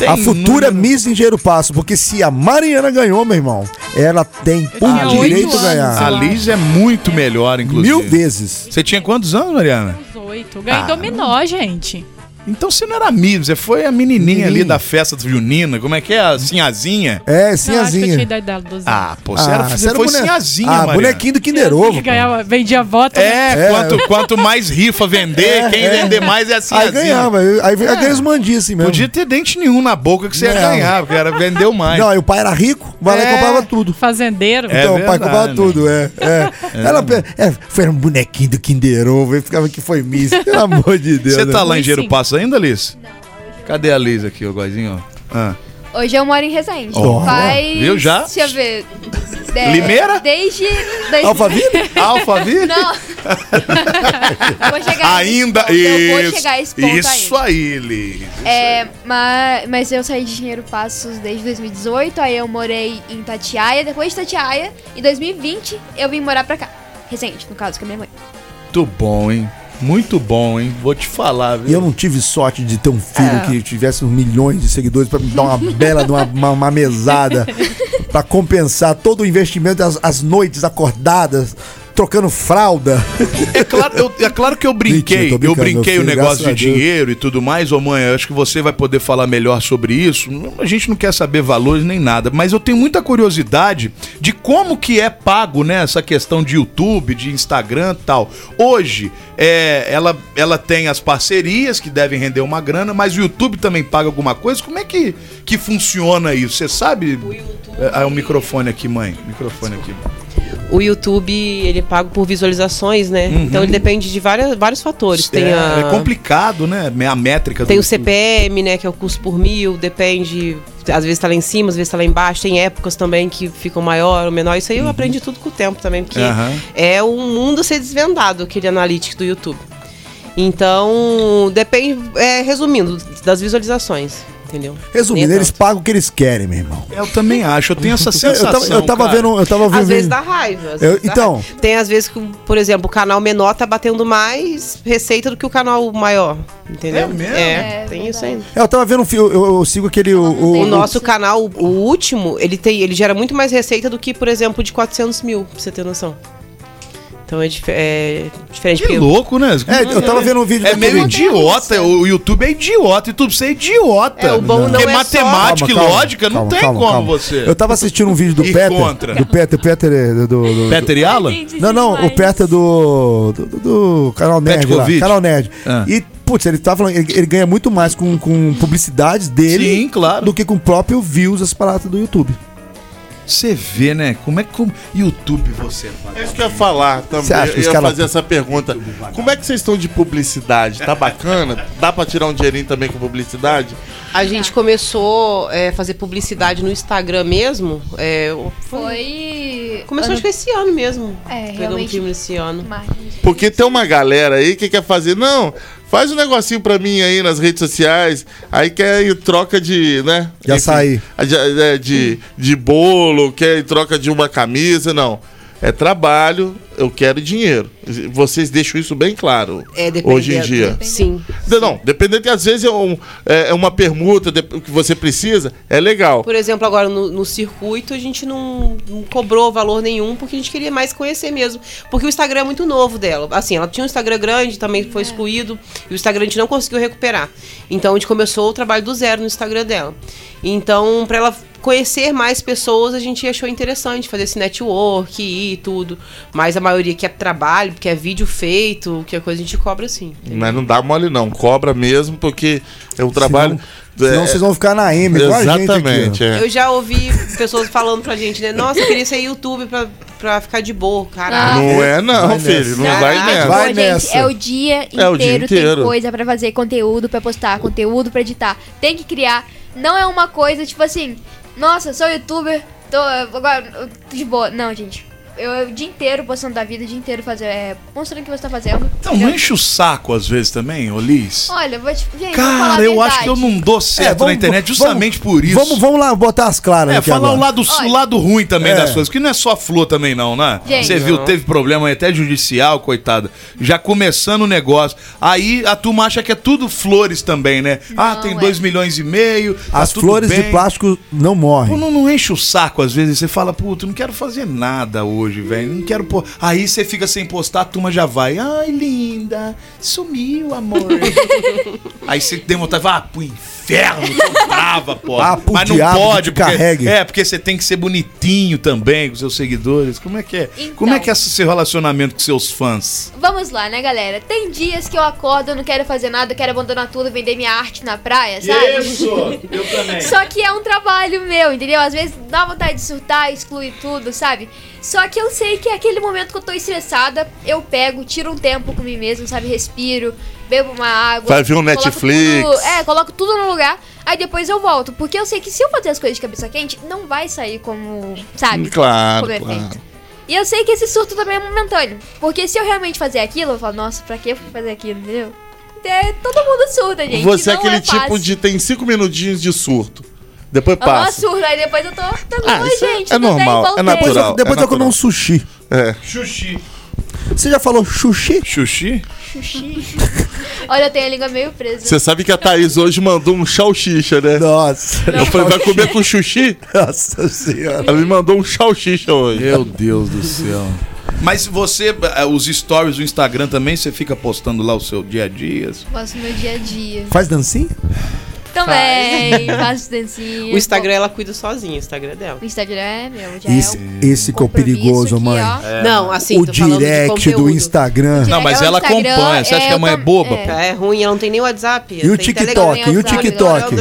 a futura Miss Engenheiro Passo, porque se a Mariana ganhou, meu irmão, ela tem Ah, o direito a ganhar. A Liz é muito melhor, inclusive. Mil vezes. Você tinha quantos anos, Mariana? Oito. Ganhei Ah, dominó, gente. Então você não era amigo, você foi a menininha ali da festa do Junina, como é que é? A sinhazinha? É, Não, acho que eu tinha idade dela, 12 anos. assim, Ah, pô, você, era, Ah, você você era foi boneca- sinhazinha, Ah, Mariana. bonequinho do Kinder Ovo, Ganhava, vendia voto. É, Quanto, quanto mais rifa vender, É, quem é. vender mais é a sinhazinha. Aí ganhava, aí, aí É. ganhava os mandinhos assim mesmo. Podia ter dente nenhum na boca que você ia Não. ganhar, porque era, vendeu mais. Não, e o pai era rico, vai lá e É. comprava tudo. Fazendeiro. É então, o pai verdade, comprava né? tudo, é. é. [laughs] Ela pe- é, foi um bonequinho do Kinder Ovo, ele ficava que foi Miss, pelo amor de Deus. Você tá né? lá em Giro Passo ainda, Liz? Cadê a Liz aqui, o Goizinho? Ah. Hoje eu moro em Resende. Ó, Faz. viu já? Deixa eu ver. Limeira? Desde. desde- Alphaville? Alphaville? Não. [laughs] vou chegar Ainda a esse ponto, Eu vou chegar a esse ponto Isso ainda. aí, Liz. É, mas, mas eu saí de Dinheiro Passos desde 2018, aí eu morei em Tatiaia. Depois de Tatiaia, em 2020, eu vim morar pra cá. Resende, no caso, com a minha mãe. Muito bom, hein? Muito bom, hein? Vou te falar, E eu viu? não tive sorte de ter um filho É. que tivesse uns milhões de seguidores pra me dar uma bela de uma, uma, uma mesada pra compensar todo o investimento, as, as noites acordadas, trocando fralda. É claro, eu- é claro que eu brinquei. Mentira, tô eu brincando, brinquei meu o filho, negócio de graças a Deus. dinheiro e tudo mais. Ô mãe, eu acho que você vai poder falar melhor sobre isso. A gente não quer saber valores nem nada, mas eu tenho muita curiosidade de como que é pago, né? Essa questão de YouTube, de Instagram e tal. Hoje, é, ela, ela tem as parcerias que devem render uma grana, mas o YouTube também paga alguma coisa. Como é que, que funciona isso? Você sabe? É, é o microfone aqui, mãe. Microfone aqui. O YouTube, ele é pago por visualizações, né? Uhum. Então ele depende de várias, vários fatores. Tem é, a... é complicado, né? A métrica Tem do o CPM, né, que é o custo por mil, depende, às vezes tá lá em cima, às vezes tá lá embaixo, tem épocas também que ficam maior ou menor, isso aí eu aprendi tudo com o tempo também, porque Aham. é um mundo a ser desvendado, aquele analytics do YouTube. Então, depende, é, resumindo, das visualizações, entendeu? Então, Resumindo, Nem eles pagam o que eles querem, meu irmão. Eu também acho, [laughs] eu um- tenho essa Eu- eu sensação. tava- eu tava cara. vendo- eu tava Às vendo- um vezes dá raiva. às Eu- vezes dá então. raiva. Tem às vezes que, por exemplo, o canal menor tá batendo mais receita do que o canal maior. Entendeu? É mesmo? É, tem isso ainda. Eu tava vendo um filme, eu, eu sigo aquele. O, O nosso canal, o último, ele tem, ele gera muito mais receita do que, por exemplo, de 400 mil, pra você ter noção. Então é, dif- é diferente. Que porque- louco, né? É, eu tava vendo um vídeo É daquele- meio idiota, o YouTube é idiota, e tudo você é idiota. É, o bom não Porque é só- matemática Calma, e calma, lógica não calma, tem calma, como calma. você. Eu tava assistindo um vídeo do Ir Peter. contra. Do Peter, Peter é do. do, do- Peter e Alan? Não, não, o Peter do. do, do- do canal Nerd. Lá, Petkovic? canal Nerd. Ah. E, putz, ele tava falando, ele, ele ganha muito mais com, com publicidades dele Sim, claro. do que com o próprio views, as paradas do YouTube. Você vê, né? Como é que como... YouTube você faz? É isso que eu ia falar também. Você acha que eu os ia caras- fazer essa pergunta. Como é que vocês estão de publicidade? Tá bacana? Dá pra tirar um dinheirinho também com publicidade? A gente começou a fazer publicidade no Instagram mesmo. é, Foi. Começou acho que esse ano mesmo. É, Pegamos um realmente. filme esse ano. Porque tem uma galera aí que quer fazer, não, faz um negocinho pra mim aí nas redes sociais, aí quer em troca de, né? De açaí. De, é, de, de bolo, quer em troca de uma camisa, não. É trabalho, eu quero dinheiro. Vocês deixam isso bem claro É, hoje em dia. Sim. Não, Não, dependendo que às vezes é, um- é- é uma permuta de- que você precisa, é legal. Por exemplo, agora no, no circuito a gente não, não cobrou valor nenhum porque a gente queria mais conhecer mesmo. Porque o Instagram é muito novo dela. Assim, ela tinha um Instagram grande, também foi excluído, e o Instagram a gente não conseguiu recuperar. Então a gente começou o trabalho do zero no Instagram dela. Então, para ela conhecer mais pessoas, a gente achou interessante fazer esse network e tudo. Mas a maioria que é trabalho, que é vídeo feito, que é coisa a gente cobra sim. Mas não dá mole, não. Cobra mesmo, porque é um trabalho. Senão, senão é- vocês vão ficar na M, igual a gente aqui, ó. Exatamente, é. Eu já ouvi pessoas falando pra gente, né? Nossa, eu queria ser YouTube pra, pra ficar de boa, caralho. Não é não, Vai filho. nessa. Não vai Caraca, nessa. vai Pô, gente, é o dia inteiro, É o dia inteiro. tem coisa pra fazer, conteúdo pra postar, conteúdo pra editar. Tem que criar. Não é uma coisa tipo assim, nossa, sou youtuber, tô agora eu tô de boa. Não, gente. eu, eu o dia inteiro postando da vida, o dia inteiro fazer, é, mostrando o que você tá fazendo. Então, não enche o saco às vezes também, Olis. Olha, eu vou te. Gente, vou falar Cara, a eu acho verdade. que eu não dou certo É, vamos- na internet vamos- justamente por isso. Vamos, vamos lá botar as claras É, aqui falar o agora. lado, o lado ruim também É. das coisas, que não é só a flor também não, né? Gente. Você viu, Não. teve problema até judicial, coitada. Já começando o negócio. Aí a turma acha que é tudo flores também, né? ah, tem é. 2 milhões e meio, tá As tudo flores de bem. plástico não morrem. Pô, não, não enche o saco às vezes, você fala, puta, não quero fazer nada hoje, velho. Não quero pôr. Aí você fica sem postar, a turma já vai. Ai, linda, sumiu, amor. Aí você tem vontade, vai ah, pro inferno, tô brava, pô. Ah, pro Mas não diabo pode, que te porque. carregue. É, porque você tem que ser bonitinho também com seus seguidores. Como é que é? Como é que é esse seu relacionamento com seus fãs? Vamos lá, né, galera? Tem dias que eu acordo, eu não quero fazer nada, eu quero abandonar tudo, vender minha arte na praia, sabe? Eu também. [laughs] Só que é um trabalho meu, entendeu? Às vezes dá vontade de surtar, excluir tudo, sabe? Só que eu sei que é aquele momento que eu tô estressada, eu pego, tiro um tempo comigo mesmo, sabe? Respiro, bebo uma água. Vai ver um coloco Netflix. tudo- é, coloco tudo no lugar, aí depois eu volto. Porque eu sei que se eu fazer as coisas de cabeça quente, não vai sair como, sabe? Hum, Claro, como é claro. feito. E eu sei que esse surto também é momentâneo. Porque se eu realmente fazer aquilo, eu falo, nossa, pra que eu fui fazer aquilo, entendeu? É, todo mundo surta, gente. Você é não aquele tipo fácil. de. tem cinco minutinhos de surto. Depois Eu dou uma passa. surra, aí depois eu tô. Tá bom, isso é- gente. é tudo bem, normal, é voltei. Depois natural. eu, depois é eu comer um sushi. É. Xuxi. Você já falou sushi? Xuxi? Xuxi. Olha, eu tenho a língua meio presa. Você sabe que a Thaís hoje mandou um chalchicha, né? Nossa. [laughs] Eu falei, vai comer com xuxi? Nossa senhora. Ela me mandou um chalchicha hoje. Meu Deus do céu. Mas você, eh, os stories do Instagram também, você fica postando lá o seu dia a dia? Posso no meu dia a dia. Faz dancinha? Também, faço dancinha. [laughs] O Instagram ela cuida sozinha, o Instagram é dela. O Instagram é meu, já Esse, é o... esse que é o perigoso, mãe. É. Não, assim, o tô falando de direct do conteúdo. Instagram. Não, mas ela acompanha. Você acha que a mãe é boba? pô? É, ruim, ela não tem nem WhatsApp. E o TikTok, e o TikTok.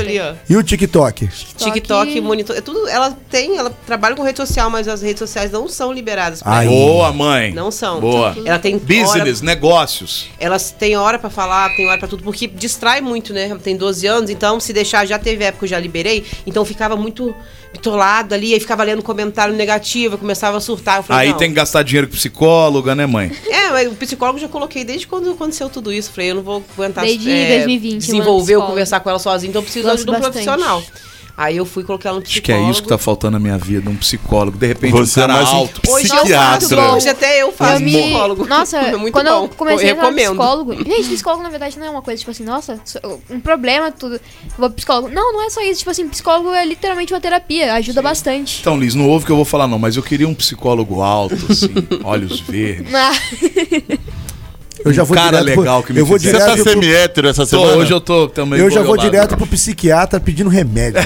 E o TikTok. TikTok, monitor. É tudo, ela tem, ela trabalha com rede social, mas as redes sociais não são liberadas. pra Aí. ela. Boa, mãe. Não são. Boa. Ela tem Business, negócios. Elas têm hora pra falar, tem hora pra tudo, porque distrai muito, né? Tem 12 anos, então se deixar, já teve época que eu já liberei, então ficava muito bitolado ali, aí ficava lendo comentário negativo, eu começava a surtar. Eu falei, Aí não. tem que gastar dinheiro com psicóloga, né, mãe? É, mas o psicólogo eu já coloquei desde quando aconteceu tudo isso. Falei, eu não vou aguentar Desde é, 2020, mano, desenvolver ou um psicólogo. conversar com ela sozinha, então eu preciso da Gosto ajuda de um bastante. profissional. Aí eu fui colocar ela no Acho que psicólogo. é isso que tá faltando na minha vida, um psicólogo. De repente, Você um é cara mais um alto. Hoje eu faço, Psiquiatra. é- hoje até eu faço Eu me- psicólogo. Nossa, [laughs] é muito quando bom. eu comecei a falar recomendo. psicólogo. Gente, psicólogo na verdade não é uma coisa tipo assim, nossa, sou- um problema, tudo. Vou pro psicólogo. Não, não é só isso. Tipo assim, psicólogo é literalmente uma terapia, ajuda bastante. Então, Liz, não ouve o que eu vou falar, não, mas eu queria um psicólogo alto, assim, [laughs] olhos verdes. [laughs] Ah, Eu já um vou cara direto pro- legal que me eu vou fizesse- direto Você tá pro- semi-hétero essa Tô, semana? Hoje eu tô também. eu já vou engolado. direto pro psiquiatra [laughs] pedindo remédio.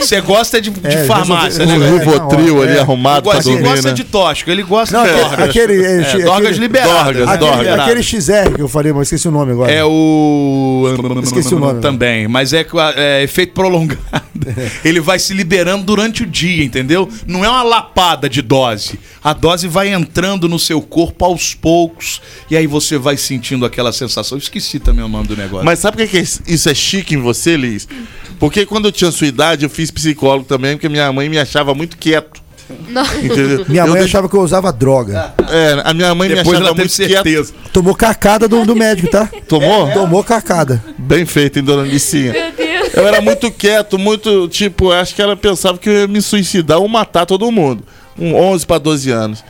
Você gosta de, de É, farmácia, né? resolveu- velho? um Rivotril ali arrumado Agora, pra Ele dormir, É. gosta né? de tóxico, ele gosta Não, de aquele, dorgas. aquele, É, aquele- dorgas liberadas. Dorgas, né? aquele, aquele XR que eu falei, mas esqueci o nome agora. É o. Esqueci o nome. né? Também, mas é, com a- é efeito prolongado. É. Ele vai se liberando durante o dia, entendeu? Não é uma lapada de dose. A dose vai entrando no seu corpo aos poucos. E aí você vai sentindo aquela sensação. Eu esqueci também o nome do negócio. Mas sabe o que, é que isso é chique em você, Liz? Porque quando eu tinha sua idade, eu fiz psicólogo também, porque minha mãe me achava muito quieto. não. [laughs] Entendeu? Minha Eu mãe dei- achava que eu usava droga. É, a minha mãe Depois me ela achava teve muito certeza. quieto. Tomou cacada do, do médico, tá? Tomou? Tomou cacada. Bem feito, hein, dona Licinha? É, Meu Deus. Eu era muito quieto, muito, tipo, eu acho que ela pensava que eu ia me suicidar ou matar todo mundo. Um 11 pra 12 anos.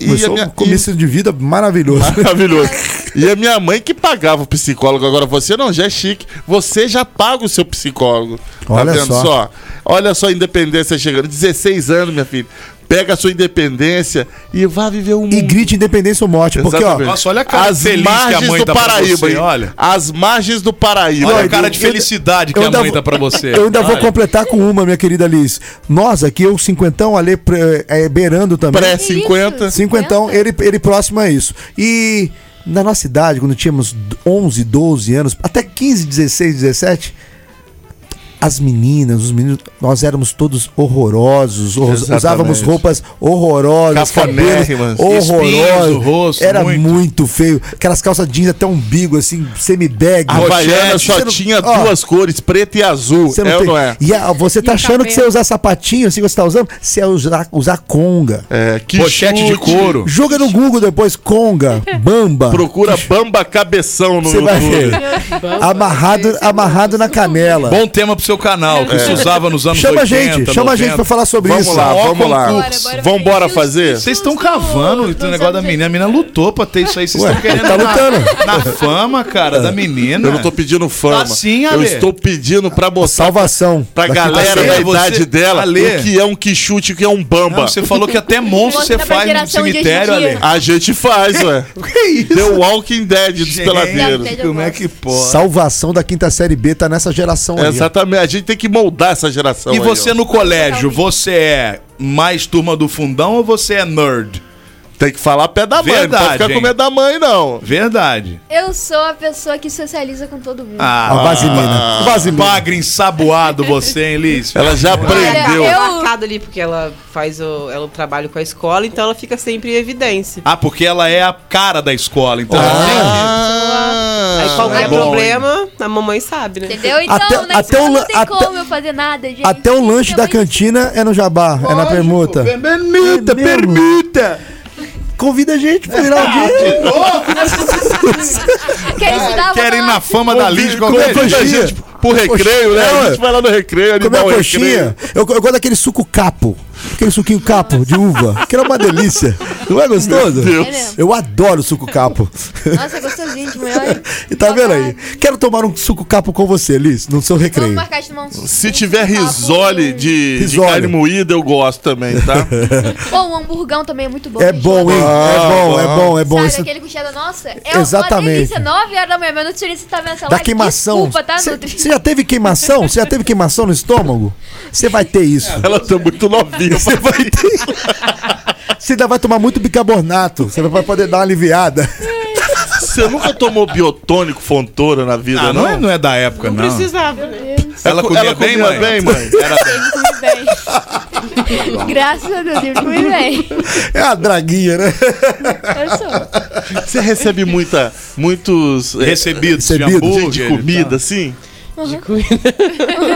E Começou a minha- um começo de vida maravilhoso. Maravilhoso. E a minha mãe que pagava o psicólogo. Agora você não, já é chique. Você já paga o seu psicólogo. Olha tá vendo só. só? Olha só a independência chegando. 16 anos, minha filha. Pega a sua independência e vá viver um E grite independência ou morte. Porque, ó. Exatamente. Nossa, olha a cara As feliz que a margens mãe do dá pra Paraíba, você, hein? olha. As margens do Paraíba. Olha a Eu- cara de eu- felicidade que eu a ainda mãe vou- dá pra você. Eu ainda vou Olha. completar com uma, minha querida Liz. Nós aqui, eu cinquentão, Ale pre- é, beirando também. Pré- [laughs] Que isso? 50. Cinquentão, ele, ele próximo a isso. E na nossa idade, quando tínhamos 11, 12 anos, até 15, 16, 17... As meninas, os meninos, nós éramos todos horrorosos, horror- Exatamente. usávamos roupas horrorosas, cabelos Cafonérrimas. Espinhos horrorosos, no rosto, era muito. muito. feio, aquelas calças jeans até umbigo assim, semi-bag, A Havaiana Você só não- tinha ó, duas cores, preto e azul. você não é ou tem- não é? E a- você tá E o achando que cabelo? você ia usar sapatinho assim que você tá usando? Você ia usar, usar conga. É, que Pochete de chute. couro. Joga no Google depois, conga, bamba. Procura Bamba Cabeção no Você vai ver. YouTube. amarrado, amarrado na canela. Bom tema pro seu canal, que É. se usava nos anos Chama a 80, gente, chama a gente 90. pra falar sobre Vamos isso. lá, Ó, vamos lá. concurso. Vamos bora fazer? Vocês estão cavando o negócio da menina. A menina lutou pra ter isso aí. Vocês Ué, estão querendo tá na- lutando. Na, fama, cara, É. da menina. Eu não tô pedindo fama. Tá sim, eu Ale. estou pedindo pra botar Salvação. pra Daqui galera pra da frente. idade tá Você- dela Ale. o que é um quichute, o que é um bamba. Não, você falou que até monstro você Conta pra faz no geração de hoje em cemitério, dia. Ale. A gente faz, [laughs] ué. que é isso? The Walking Dead dos Gente, peladeiros. Como é que pode? Salvação da quinta série B tá nessa geração aí. ó. Exatamente. A gente tem que moldar essa geração E aí, ó. você no colégio, você é mais turma do fundão ou você é nerd? Tem que falar pé da mãe, não pode ficar com medo da mãe, não. Verdade. Eu sou a pessoa que socializa com todo mundo. Ah, vaselina. Bagre ensaboado você, hein, Liz? Ela já Ela é marcada ali porque ela faz o, ela trabalha com a escola, então ela fica sempre em evidência. Ah, porque ela é a cara da escola, então. Ah. ela tem que- Aí qualquer é bom, problema, a mamãe sabe, né? Entendeu? Então, Até- até o na escola lan- não tem até- como eu fazer nada, gente. Até o lanche da cantina é no jabá, é na permuta. Permuta, permuta! Convida a gente pra virar Ah, Quer estudar? Vou Querem dar na uma- fama da Liz qualquer Comer coxinha. coisa. Pro recreio, né? A gente vai lá no recreio, é Comer animal uma recreio. coxinha. Eu, eu gosto daquele suco capo. Aquele suquinho capo de uva. Que era uma delícia. Não é gostoso? Meu Deus. Eu adoro suco [laughs] capo. Nossa, é gostosinho de manhã. hein? E tá vendo aí? Quero tomar um suco capo com você, Liz, no seu Vamos recreio. marcar de tomar um suco. Se tiver risole de, de Risole. carne moída, eu gosto também, tá? Bom, o hamburgão também é muito bom. É gente. bom, hein? Ah, É bom, é bom. bom, é bom. Sabe, Isso- aquele com cheddar, nossa, é Exatamente. uma delícia, 9 horas da manhã, meu nutricionista tá vendo essa Da live, queimação. desculpa, tá, Você Nutri? você já teve queimação? Você já teve queimação no estômago? Você vai ter isso. [laughs] Ela tá muito novinha. Você vai ter. Você ainda vai tomar muito bicarbonato. Você vai poder dar uma aliviada. Você nunca tomou biotônico fontora na vida, Ah, não? não é, não é da época, não. Precisava. Ela comia, bem, mãe? [laughs] Era bem. [laughs] Graças a Deus, eu fui bem. É a draguinha, né? Eu sou. Você recebe muita, muitos eh, Recebidos de recebidos de, hambúrguer e comida, assim?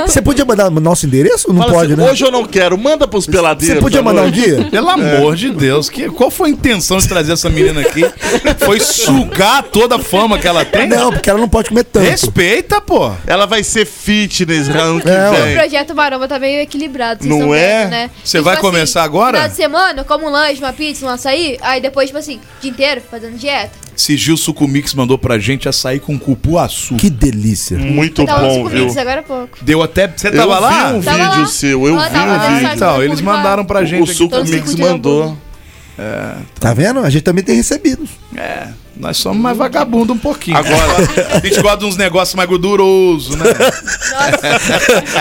Você podia mandar o nosso endereço? Não Fala pode, assim, né? Hoje tá eu não quero, manda pros peladeiros. Você podia à mandar um noite." dia? Pelo amor de Deus, que, qual foi a intenção de trazer essa menina aqui? Foi sugar toda a fama que ela tem? Não, porque ela não pode comer tanto. Respeita, pô. Ela vai ser fitness ano que É, O vem. projeto Maromba tá meio equilibrado, vocês Não estão é? vendo, né? Você E, vai começar agora? Final de semana, eu como um lanche, uma pizza, um açaí, aí depois, tipo assim, o dia inteiro fazendo dieta. Se Gil Sucumix mandou pra gente açaí com cupuaçu. Que delícia. Muito eu tava bom, suco viu? mix agora há pouco. Deu até. Você Eu tava vi lá? um Tava vídeo lá. seu, eu Ela vi um tava lá, vídeo. sabe? Então, eles mandaram pra gente. O aqui. Suco Todo Mix suco de mandou. Tá vendo? A gente também tem recebido. É, nós somos mais vagabundo um pouquinho. Agora- a gente gosta de uns negócios mais gordurosos, né?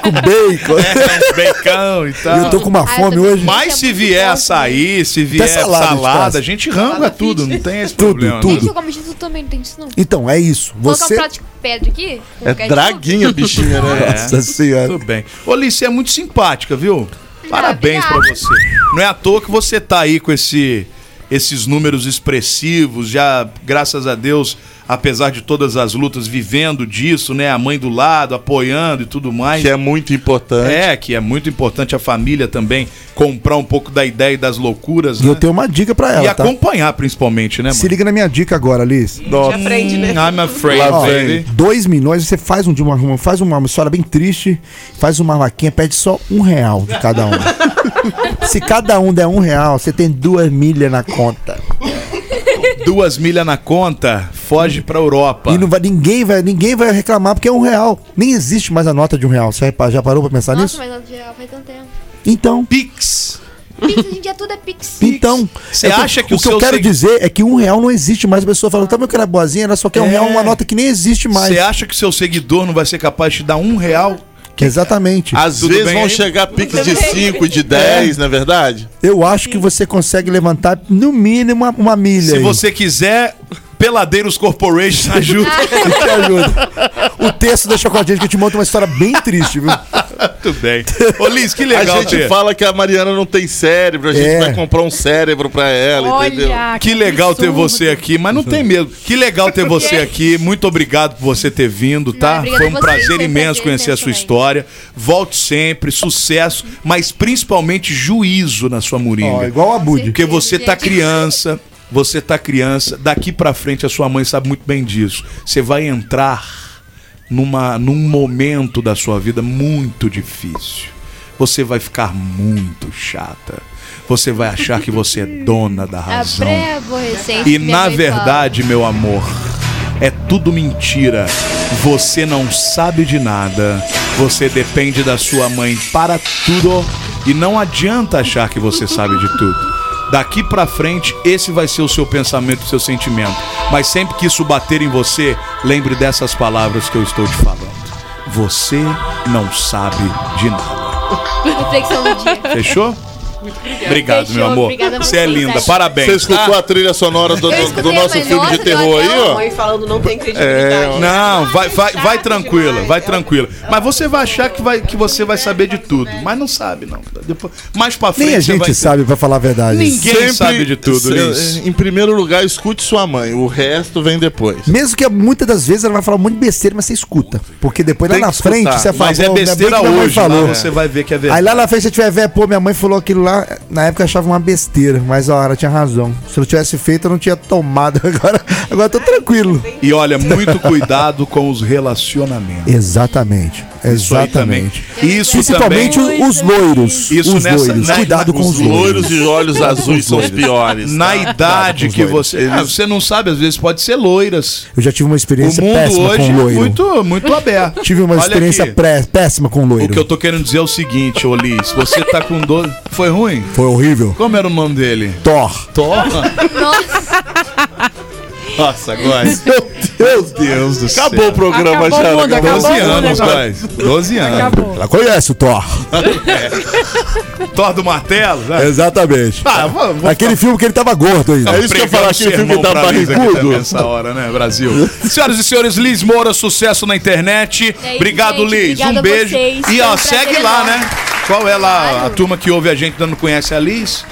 Um Com bacon. né? É, uns becão e tal. Eu tô com uma fome hoje. é Mas se vier açaí, se vier Até salada salada, a gente faz. a gente ranga tudo, não tem esse Tudo, problema. né? tudo. Gente, É eu como isso também, não tem isso não. Então, é isso. Colocar um Você. prato de pedra aqui. com É ketchup. draguinha, bichinha, né? [laughs] Nossa senhora. Tudo bem. Ô, Liz, você é muito simpática, viu? Parabéns pra você. Não é à toa que você tá aí com esse, esses números expressivos, já, graças a Deus, apesar de todas as lutas, vivendo disso, né? A mãe do lado, apoiando e tudo mais. Que é muito importante. É, que é muito importante a família também comprar um pouco da ideia e das loucuras, E eu né? tenho uma dica pra E ela, tá? acompanhar, principalmente, né, Se mano? liga na minha dica agora, Liz. Nossa. Aprende, né? I'm afraid, Lá baby. vem. 2 milhões, você faz um de uma, uma- faz uma história bem triste, faz uma vaquinha, pede só um real de [laughs] cada um. Se cada um der um real, você tem duas milhas na conta. Duas milhas na conta, foge pra Europa. E não vai, ninguém, vai, ninguém vai reclamar porque é um real. Nem existe mais a nota de um real. Você repa- já parou pra pensar Nossa, nisso? mas não já faz tanto tempo. Então. Pix. Pix, hoje em dia tudo é pix. Então, Você eu tô- acha que o o que eu seu quero seg- dizer é que um real não existe mais. A pessoa fala, tá, meu que era boazinha, ela só quer um É. real, uma nota que nem existe mais. Você acha que seu seguidor não vai ser capaz de te dar um real? Exatamente. Às Tudo vezes bem vão aí? chegar piques de 5, de 10, não é verdade? Eu acho que você consegue levantar no mínimo uma, uma milha. [laughs] Se aí. você quiser, Peladeiros [laughs] Corporation ajuda. Isso te ajuda. O texto da Chocodinha que eu te monto uma história bem triste, [laughs] viu? Muito bem. Ô, Liz, que legal A gente ter. fala que a Mariana não tem cérebro, a gente É. vai comprar um cérebro pra ela, Olha, entendeu? Que legal ter você aqui, mas não tem medo. Que legal ter você aqui. Muito obrigado por você ter vindo, tá? obrigada Foi um a vocês, prazer foi um imenso prazer né? conhecer a sua história. Volte sempre, sucesso, mas principalmente juízo na sua moringa. Ó, igual a Bud. Porque você tá gente. criança, você tá criança, daqui pra frente a sua mãe sabe muito bem disso. Você vai entrar numa, num momento da sua vida muito difícil. Você vai ficar muito chata. Você vai achar que você é dona da A razão. pré-aborrecente. E que minha na mãe fala. verdade, meu amor, é tudo mentira. Você não sabe de nada. Você depende da sua mãe para tudo. E não adianta achar que você sabe de tudo. Daqui pra frente, esse vai ser o seu pensamento, o seu sentimento. Mas sempre que isso bater em você, lembre dessas palavras que eu estou te falando. Você não sabe de nada. Reflexão do dia. Fechou? [laughs] Muito Obrigado, meu amor. obrigada a Você é vocês, linda. acho. Parabéns. Você escutou tá? a trilha sonora do, Eu do, escutei, do nosso mas filme de nossa, terror aí, A ó? mãe falando não tem credibilidade. ah. É, não, vai, vai, vai tranquila, vai tranquila. Mas você vai achar que, vai, que você vai saber de tudo. Mas não sabe, não. Depois, mais pra frente Nem a você vai gente sabe, pra falar a verdade. Ninguém sabe de tudo, se- eh, Liz. Em primeiro lugar, escute sua mãe. O resto vem depois. Mesmo que muitas das vezes ela vai falar um monte de besteira, mas você escuta. Porque depois Tem lá na que escutar. frente você fala. Mas é "Pô, ainda bem besteira que minha mãe hoje, lá você vai ver que é verdade. Aí lá na frente você tiver velho, pô, minha mãe falou aquilo lá, na época eu achava uma besteira, mas ó, ela tinha razão. Se eu tivesse feito, eu não tinha tomado. [laughs] Agora, agora eu tô tranquilo. E olha, muito cuidado com os relacionamentos. [laughs] Exatamente. Isso aí Exatamente. também. Isso Principalmente também. os loiros. Isso os nessa- né, loiros. na- Cuidado na- com os loiros. de olhos azuis são os loiros. piores. Na tá? idade que Cuidado com os você. Ah, você não sabe, às vezes pode ser loiras. Eu já tive uma experiência O mundo péssima hoje com é loiro. muito, muito [laughs] aberto. Tive uma Olha experiência aqui. pré- péssima com O loiro. que eu tô querendo dizer é o seguinte, Olis. Você tá com dor. Foi ruim? Foi horrível. Como era o nome dele? Thor. Thor? Nossa, agora. Meu Deus do céu. Acabou o programa Acabou já. o mundo, acabou. acabou o mundo agora. 12 anos. Ela conhece o Thor. É. Thor do martelo? né? Exatamente. Ah, vou- vou- Aquele filme que ele tava gordo ainda. Tá pregando sermão pra Liz aqui também Nessa hora, né, Brasil? [laughs] Senhoras e senhores, Liz Moura, sucesso na internet. É isso, obrigado, gente. Liz. Obrigada um a beijo. vocês. E Foi um ó, prazer segue lá, enorme. né? Qual é lá a turma que ouve a gente ainda não conhece a Liz?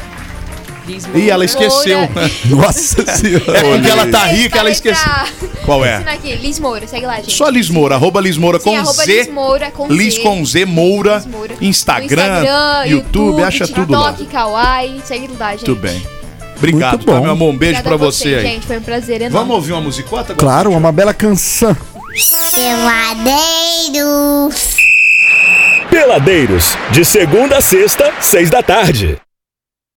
Ih, ela esqueceu. Nossa senhora. É porque ela tá Vocês rica, ela podem esqueceu. entrar- Qual é? Ensina aqui, Liz Moura, segue lá, gente. Só Liz Moura, arroba Liz Moura Sim, com arroba Z. Liz Moura, com Liz Z. com Z Moura. Liz Moura. Instagram, No YouTube, acha tudo lá. TikTok, Kawaii, segue tudo lá, gente. Muito bem. Obrigado, tá, meu amor. Um beijo Obrigada pra a você vocês, aí. Gente, foi um prazer enorme. Vamos ouvir uma musicota agora? Claro, uma bela canção. Peladeiros. Peladeiros, de segunda a sexta, seis da tarde.